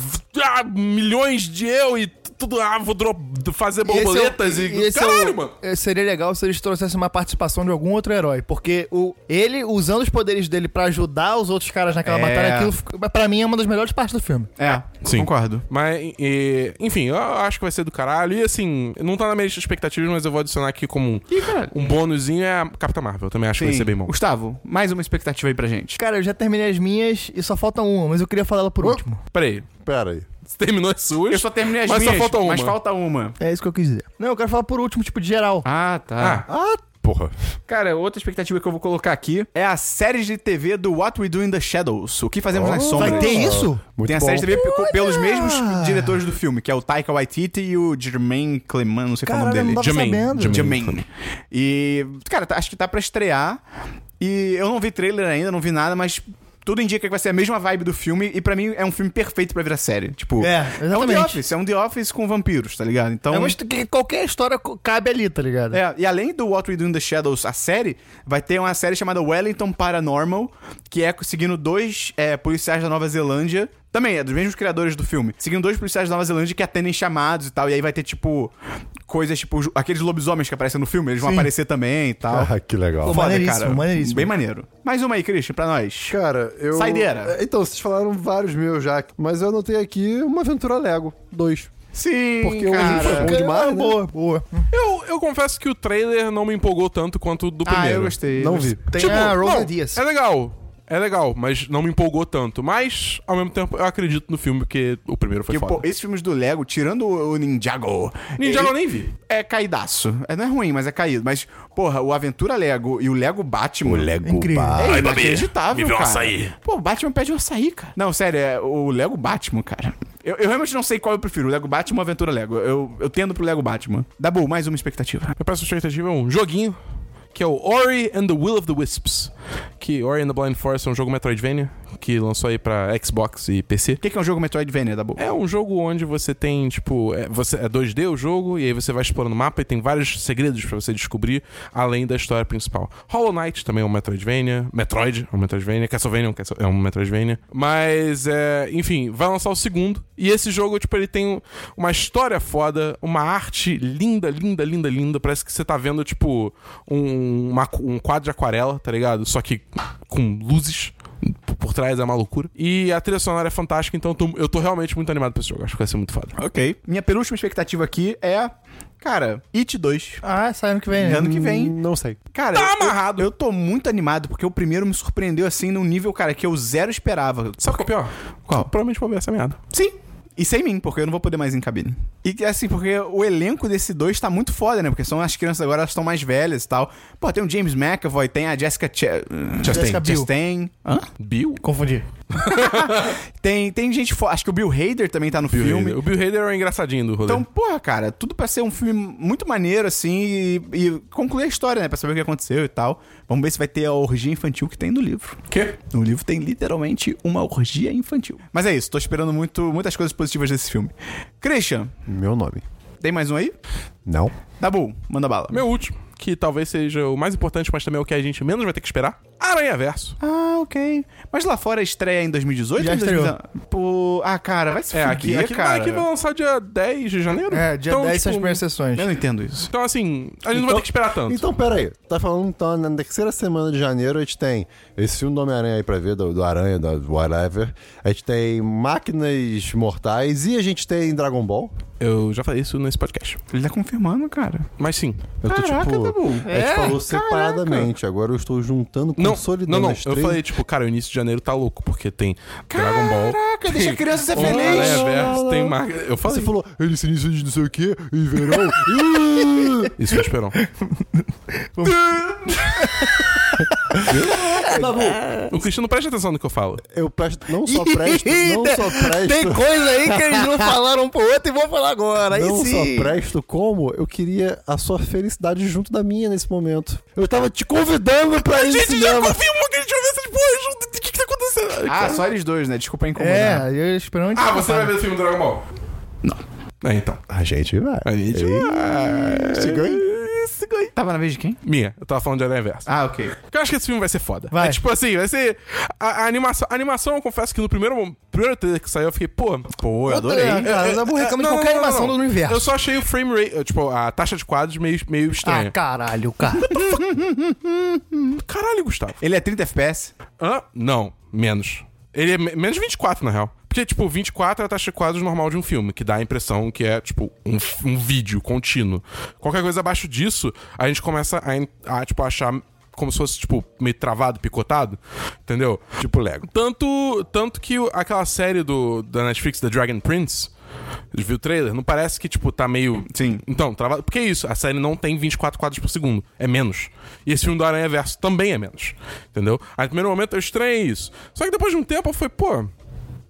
ah, milhões de eu e t- tudo, ah, vou dro- fazer
E esse é o-
borboletas e.
esse é o-
Caralho, mano!
eh, Seria legal se eles trouxessem uma participação de algum outro herói. Porque o, ele, usando os poderes dele pra ajudar os outros caras naquela
É.
batalha, aquilo, fica- pra mim é uma das melhores partes do filme.
É,
Sim.
concordo.
Mas, e- enfim, eu acho que vai ser do caralho. E assim, não tá na minha lista de expectativas, mas eu vou adicionar aqui como um,
Ih, caralho.
um bônusinho é a Capitã Marvel. Eu também acho que vai ser bem bom.
Gustavo, mais uma expectativa aí pra gente.
Cara, eu já terminei as minhas e só falta uma, mas eu queria falar ela por último.
Peraí,
Pera aí.
você terminou as suas?
Eu só terminei as
Mas só
minhas,
falta uma.
mas falta uma.
É isso que eu quis dizer. Não, eu quero falar por último, tipo, de geral.
Ah, tá.
Ah, porra.
Cara, outra expectativa que eu vou colocar aqui é a série de TV do What We Do in the Shadows. O que fazemos nas sombras.
Oh, Vai ter isso?
Muito
Tem a
bom.
série de TV pe- pelos mesmos diretores do filme, que é o Taika Waititi e o Jermaine Clement, não sei qual é o nome
Caralho, eu
dele.
não tava
Jermaine,
sabendo.
Jermaine.
Jermaine. E, cara, tá- acho que tá pra estrear. E eu não vi trailer ainda, não vi nada, mas tudo indica que vai ser a mesma vibe do filme. E pra mim é um filme perfeito pra virar série. Tipo,
É,
é um The
exatamente.
Office, é um The Office com vampiros, tá ligado? Então.
É uma histó- que qualquer história co- cabe ali, tá ligado?
É, e além do What We Do in the Shadows, a série, vai ter uma série chamada Wellington Paranormal, que é seguindo dois é, policiais da Nova Zelândia Também é dos mesmos criadores do filme. Seguindo dois policiais da Nova Zelândia que atendem chamados e tal. E aí vai ter, tipo, coisas tipo os- aqueles lobisomens que aparecem no filme. Eles vão aparecer também e tal.
Ah, que legal.
Pô, maneiríssimo, maneiríssimo.
Bem maneiro. Mais uma aí, Christian, pra nós.
Cara, eu.
Saideira.
É, Então, vocês falaram vários meus já, mas eu anotei aqui uma aventura Lego. Dois.
Sim,
Porque o
cara.
livro é bom demais. né?
Boa, boa.
Eu, eu confesso que o trailer não me empolgou tanto quanto o do
Ah,
primeiro.
eu gostei.
Não
Eu
vi.
Tem
Tipo,
a Rosa
não,
Dias.
É legal. É legal, mas não me empolgou tanto. Mas, ao mesmo tempo, eu acredito no filme, porque o primeiro foi
Porque,
foda.
pô, esses filmes do Lego, tirando o o Ninjago.
Ninjago eu
ele
nem vi.
É caidaço. É, não é ruim, mas é caído. Mas, porra, o Aventura Lego e o Lego Batman. O Lego
Incrível.
é
Ai, Babi,
inacreditável,
me vê um
cara.
açaí.
Pô, o Batman pede um açaí, cara. Não, sério, é o Lego Batman, cara. Eu, eu realmente não sei qual eu prefiro, o Lego Batman ou a Aventura Lego. Eu, eu tendo pro Lego Batman. Dabu, mais uma expectativa.
Eu peço expectativa é um joguinho, que é o Ori and the Will of the Wisps. Que Ori and the Blind Forest é um jogo Metroidvania, que lançou aí pra Xbox e PC.
O que, que é um jogo Metroidvania, Dabu?
É um jogo onde você tem, tipo, é, você, é 2D o jogo, e aí você vai explorando o mapa e tem vários segredos pra você descobrir, além da história principal. Hollow Knight também é um Metroidvania. Metroid é um Metroidvania. Castlevania é um Castle- é um Metroidvania. Mas, é, enfim, vai lançar o segundo. E esse jogo, tipo, ele tem uma história foda, uma arte linda, linda, linda, linda. Parece que você tá vendo, tipo, um, uma- um quadro de aquarela, tá ligado? Só que com luzes por- por trás é uma loucura. E a trilha sonora é fantástica, então eu tô- eu tô realmente muito animado pra esse jogo. Acho que vai ser muito foda.
Ok. Minha penúltima expectativa aqui é. Cara, It 2.
Ah, sai ano que vem, né?
Ano que vem.
Não sei.
Cara,
Tá
eu- eu-
amarrado.
Eu, tô muito animado, porque o primeiro me surpreendeu assim num nível, cara, que eu zero esperava.
Sabe qual é o pior?
Qual?
Provavelmente vou ver essa merda.
Sim. E sem mim, porque eu não vou poder mais ir em cabine. E assim, porque o elenco desse dois tá muito foda, né? Porque são as crianças agora, elas estão mais velhas e tal. Pô, tem o James McAvoy, tem a Jessica Ch
Jessica Biel.
Chastain. Hã?
Bill?
Confundi.
Tem, tem gente foda. Acho que o Bill Hader também tá no
Bill
filme.
Hader. O Bill Hader é o engraçadinho do rolê.
Então, porra, cara, tudo pra ser um filme muito maneiro, assim, e, e concluir a história, né? Pra saber o que aconteceu e tal. Vamos ver se vai ter a orgia infantil que tem no livro.
quê?
No livro tem literalmente uma orgia infantil. Mas é isso, tô esperando muito, muitas coisas positivas desse filme. Christian,
Meu nome.
tem mais um aí?
Não.
Dabu, manda bala.
Meu último, que talvez seja o mais importante, mas também é o que a gente menos vai ter que esperar. Aranha Verso.
Ah, ok. Mas lá fora estreia em 2018?
Já
ou em
estreou.
2019? Pô, ah, cara, vai se
É, aqui,
fuder,
aqui,
cara.
aqui vai lançar dia 10 de janeiro.
É, dia
Então,
10
tipo,
são as primeiras sessões.
Eu não entendo isso.
Então, assim, a gente não vai ter que esperar tanto.
Então, pera aí. Tá falando, então, na terceira semana de janeiro, a gente tem esse filme do Homem-Aranha aí pra ver, do, do Aranha, da do whatever. A gente tem Máquinas Mortais e a gente tem Dragon Ball.
Eu já falei isso nesse podcast.
Ele tá confirmando, cara.
Mas sim.
Eu tô,
Caraca,
tipo,
Dabu. É?
A gente falou separadamente. Agora eu estou juntando,
Não,
consolidando
não, não.
as
Eu
três.
falei, tipo, cara, o início de janeiro tá louco, porque tem Dragon Ball.
Caraca, deixa a criança ser
Tem
feliz.
Aranha Verso, tem Mar... Eu falei.
Você falou, ele se inicia de não sei o quê, em verão. Ih!
Isso foi esperão. o Cristiano presta atenção no que eu falo.
eu presto, não só presto, não só presto.
Tem coisa aí que eles não falaram um pro outro e vão falar agora. Aí
Não só
sim.
presto como eu queria a sua felicidade junto da minha nesse momento. Eu tava te convidando pra ir no cinema.
confirmou que a gente vai ver essas porras junto. O que que tá acontecendo?
Ah, só eles dois, né? Desculpa incomodar.
É, eu esperando a gente
Ah, você
falar.
vai ver o filme do Dragon Ball? Não. É, então.
A gente vai.
A gente vai.
Se ganha.
Tava na vez de quem?
Minha, eu tava falando de Aranha Versa.
Ah, ok.
Porque eu acho que esse filme vai ser foda.
Vai.
É tipo assim, vai ser. A, a animação, a animação, eu confesso que no primeiro, mom- primeiro trailer que saiu, eu fiquei, pô. Pô, eu
adorei. cara, É, eu
É,
não reclamo de qualquer animação do universo.
Eu só achei o frame rate, eh, tipo, a taxa de quadros meio, meio
Ah,
estranha.
caralho, cara.
Caralho, Gustavo.
Ele é 30 FPS?
Hã? Não, menos. Ele é me- menos 24, na real. Porque, tipo, 24 é a taxa de quadros normal de um filme, que dá a impressão que é, tipo, um, f- um vídeo contínuo. Qualquer coisa abaixo disso, a gente começa a, en- a, tipo, achar como se fosse, tipo, meio travado, picotado. Entendeu? Tipo Lego. Tanto, tanto que o- aquela série do, da Netflix, The Dragon Prince, viu o trailer? Não parece que, tipo, tá meio...
Sim.
Então, travado. Porque é isso, a série não tem 24 quadros por segundo. É menos. E esse filme do Aranha Verso também é menos. Entendeu? Aí no primeiro momento eu estranhei isso. Só que depois de um tempo eu falei, pô,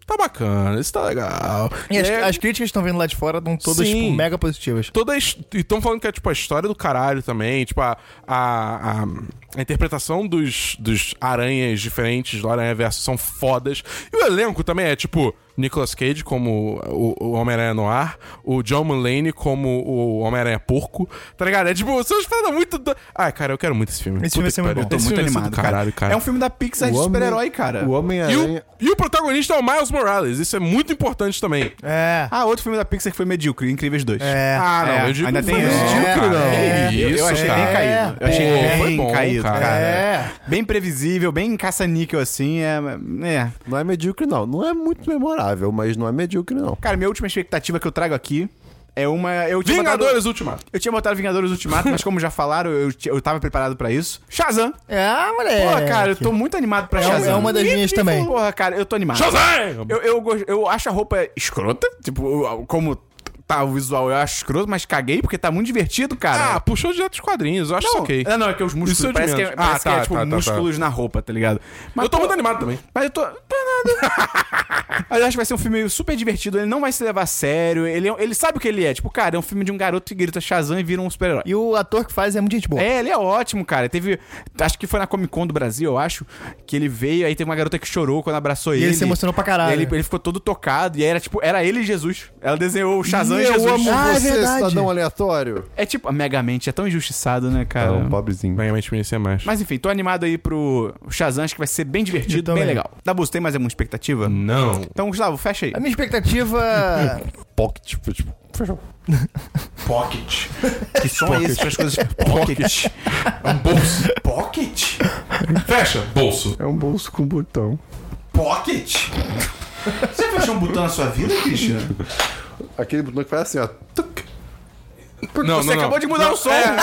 tá bacana, isso tá legal.
E as,
E aí-
as críticas que estão vindo lá de fora estão todas,
Sim.
tipo, mega positivas.
toda a his- e estão falando que é tipo a história do caralho também, tipo a a, a- A interpretação dos, dos aranhas diferentes do Aranha Verso são fodas. E o elenco também é tipo Nicolas Cage como o, o Homem-Aranha Noir, o John Mulaney como o Homem-Aranha Porco. Tá ligado? É tipo, são umas paradas muito. do- Ai, cara, eu quero muito esse filme.
Esse filme vai
Puta
ser
que
muito
pariu.
bom.
Tô
Esse
muito
filme vai ser do
animado, cara.
Caralho, cara.
É um filme da Pixar de
O Homem-
super-herói, cara.
O
E
Homem-Aranha.
o, e o protagonista é o Miles Morales. Isso é muito importante também.
É.
Ah, outro filme da Pixar que foi medíocre, Incríveis 2.
É.
Ah, não.
É,
eu digo
ainda
que
tem
foi
esse.
medíocre,
É,
não.
é.
Que
Eu-
isso,
eu achei
cara.
bem caído. Eu achei
Pô, foi
bem
bom,
caído, cara.
cara.
É.
Bem previsível, bem caça-níquel, assim, é... é.
Não é medíocre, não. Não é muito memorável, mas não é medíocre, não.
Cara, minha última expectativa que eu trago aqui é uma... Eu tinha botado-
Vingadores Ultimato.
eu tinha botado Vingadores Ultimato, mas como já falaram, eu, ti- eu tava preparado pra isso. Shazam!
É, moleque.
Pô, cara, eu tô muito animado pra
É um-
Shazam.
é uma das
Ninguém-
minhas
ninguém
também.
falou, Porra, cara, eu tô animado.
Shazam!
Eu, eu, gosto- eu acho a roupa escrota, tipo, eu- como tá o visual, eu acho escroto, mas caguei porque tá muito divertido, cara.
Ah, puxou direto dos quadrinhos. Eu acho
não,
isso ok.
não, não, é que os músculos,
Isso é de
parece que é,
menos.
parece
Ah,
que é,
tá,
tipo,
tá, tá, tá.
músculos na roupa, tá ligado? Mas
eu tô
pô,
muito animado também.
Mas eu tô... Tá nada. Mas eu acho que vai ser um filme super divertido, ele não vai se levar a sério, ele, é- ele sabe o que ele é. Tipo, cara, é um filme de um garoto que grita Shazam e vira um super-herói.
E o ator que faz é muito gente boa.
É, ele é ótimo, cara. Teve. Acho que foi na Comic Con do Brasil, eu acho. Que ele veio, aí teve uma garota que chorou quando abraçou ele.
ele se emocionou pra caralho.
E Ele, ele ficou todo tocado. E aí era tipo, era ele e Jesus. Ela desenhou o Shazam e,
eu
Jesus.
amo
Ah, é
você,
verdade.
cidadão aleatório.
É tipo, a Megamente é tão injustiçado, né, cara?
Então,
Não, É um pobrezinho.
Vagamente merecia mais.
Mas enfim, tô animado aí pro Shazam, acho que vai ser bem
Eu
divertido,
também.
bem legal. Dabu, você tem mais alguma expectativa?
Hum.
Não.
Então, Gustavo, fecha aí.
A minha expectativa.
Pocket, tipo, tipo, fechou.
Pocket. Que som é esse
tipo
para as coisas? Pocket. É um bolso. Pocket?
Fecha. Bolso.
É um bolso com botão.
Pocket? Você fechou um botão na sua vida, Cristiano?
Aquele botão que faz assim, ó. Tuc.
Não,
Você acabou de mudar o som.
é.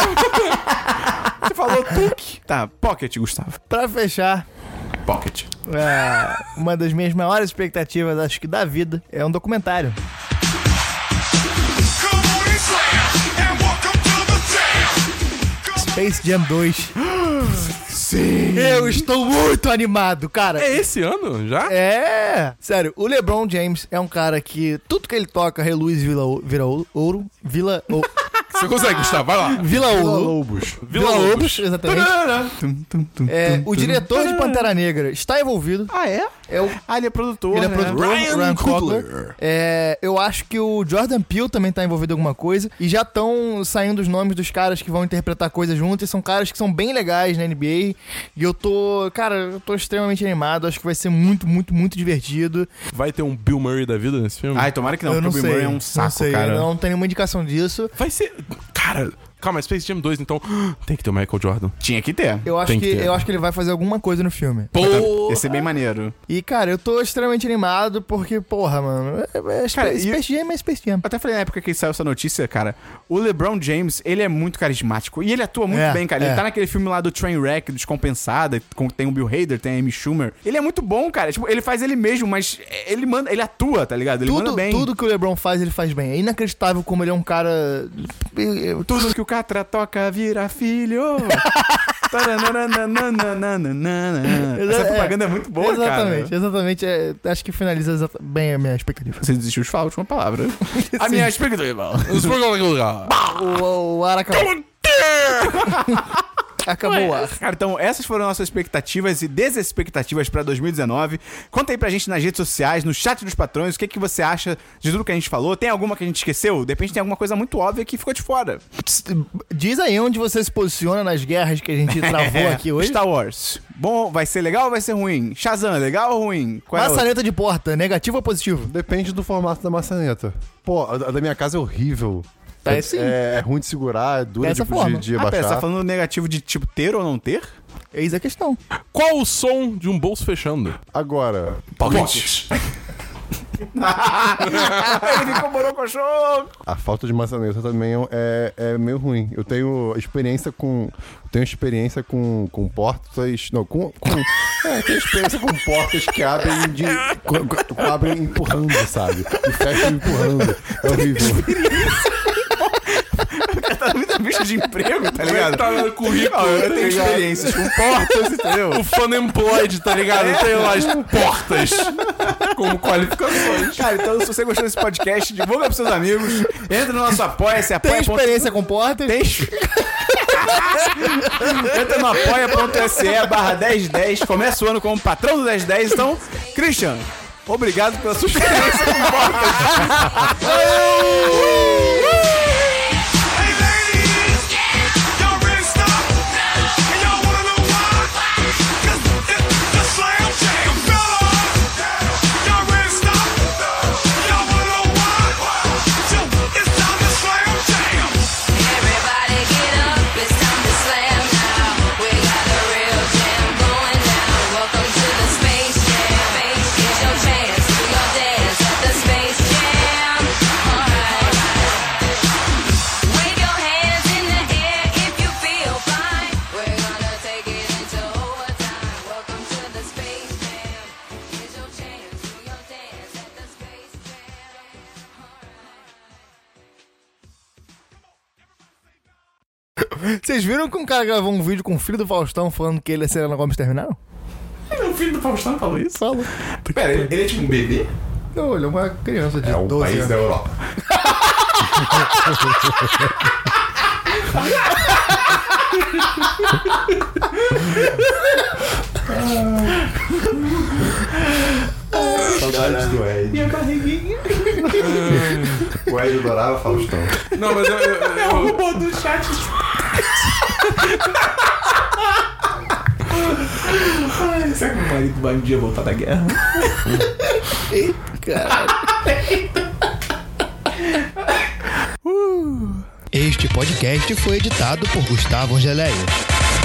Você falou tuque. Tá, pocket, Gustavo.
pra fechar,
Pocket.
é, uma das minhas maiores expectativas, acho que da vida, é um documentário.
Come on and slam and welcome to the jam.
Space Jam 2.
Sim.
Eu estou muito animado, cara.
É esse ano já?
É! Sério, o LeBron James é um cara que tudo que ele toca reluz e vira, ou- vira ou- ouro. Vila. ou-
Você consegue, Gustavo? Vai lá.
vila ouro.
Lobos.
Vila Lobos, exatamente.
Tum, tum, tum,
É,
tum,
o
tum.
diretor de Pantera Negra está envolvido.
Ah, é?
É o
Ah, ele é produtor,
Ele é
né?
produtor.
Ryan
Ryan
Coogler.
Coogler. É, eu acho que o Jordan Peele também tá envolvido em alguma coisa. E já estão saindo os nomes dos caras que vão interpretar coisas juntos. E são caras que são bem legais na NBA. E eu tô, cara, eu tô extremamente animado. Acho que vai ser muito, muito, muito divertido.
Vai ter um Bill Murray da vida nesse filme?
Ai, tomara que não, porque
eu não
o Bill
sei.
Murray é um saco,
não sei,
cara.
eu Não tem nenhuma indicação disso.
Vai ser. Cara, calma, Space Jam 2, então. Tem que ter o Michael Jordan.
Tinha que ter.
Eu acho
Tem
que,
que ter.
eu acho que ele vai fazer alguma coisa no filme.
Ia ser é bem maneiro.
E, cara, eu tô extremamente animado porque, porra, mano, é, é,
Cara, e-
Space Jam é Space Jam.
Eu até falei na época que saiu essa notícia, cara. O LeBron James, ele é muito carismático. E ele atua muito
É,
bem, cara. Ele
é.
tá naquele filme lá do Trainwreck, Descompensada, com, tem o Bill Hader, tem a Amy Schumer. Ele é muito bom, cara. Tipo, ele faz ele mesmo, mas ele manda, ele atua, tá ligado? Ele manda
Tudo,
bem.
tudo que o LeBron faz, ele faz bem. É inacreditável como ele é um cara.
Tudo que o Catra toca vira filho. Taranananananananana. Essa
É,
propaganda é muito boa,
exatamente,
cara.
Exatamente, é, acho que finaliza exata- bem a minha expectativa.
Você desistiu de falar a última palavra. A minha expectativa.
O, o ar acabou. acabou o ar.
Cara, então essas foram nossas expectativas e desexpectativas pra 2019. Conta aí pra gente nas redes sociais, no chat dos patrões, o que, que você acha de tudo que a gente falou. Tem alguma que a gente esqueceu? De repente tem alguma coisa muito óbvia que ficou de fora.
Diz aí onde você se posiciona nas guerras que a gente travou aqui hoje.
É, Star Wars. Bom, vai ser legal ou vai ser ruim? Shazam, legal ou ruim? Qual é a outra?
Maçaneta de porta, negativo ou positivo?
Depende do formato da maçaneta. Pô, a da minha casa é horrível.
Tá, é sim.
É, é ruim de segurar, é dura
Dessa
tipo,
forma.
de, de
Ah, pera,
baixar.
você tá falando negativo de tipo ter ou não ter?
Eis a questão.
é
Qual o som de um bolso fechando?
Agora,
Pocket.
Ele ficou morocochô!
a falta de maçaneta também é, é meio ruim. Eu tenho experiência com. eu tenho experiência com, com portas. Não, com. com- é, eu tenho experiência com portas que abrem de. com- com- com- abrem empurrando, sabe? E fecham empurrando. É horrível.
Tá muita bicha de emprego, tá ligado?
Tá no currículo.
Não, eu tenho experiências com portas, entendeu?
O fun employed, tá ligado? Tem lá as portas como qualificações.
Cara, então se você gostou desse podcast, divulga pros seus amigos, entra no nosso apoia-se,
Tem
apoia.
experiência com portas?
Tem... Entra no apoia.se barra 1010. Começa o ano como patrão do 1010. Então, Christian, obrigado pela sua experiência com
Hey ladies, y'all ready to stop? And y'all wanna know why? 'Cause it's the slam jam, fellas. Y'all ready to stop? Y'all wanna know why? So it's time to slam jam.
Everybody get up, it's time to slam now. We got a real jam going down. Welcome to the Space Jam. Here's your chance to your dance at the Space Jam. Alright. Wave your hands in the air if you feel fine. We're gonna take it into overtime. Welcome to the Space Jam. Here's your chance to your dance at the Space Jam.
Vocês viram que um cara gravou um vídeo com o filho do Faustão falando que ele e a Selena Gomes terminaram?
O filho do Faustão falou isso?
Falou.
Pera, ele, ele é tipo um bebê?
Não, ele é uma criança de
É um
12
país
anos.
da Europa. Saudades do Ed. Minha barriguinha. O Ed adorava Faustão.
Não, mas eu. eu, eu-
Será que meu marido vai um dia voltar da guerra?
Este podcast foi editado por Gustavo Angeléia.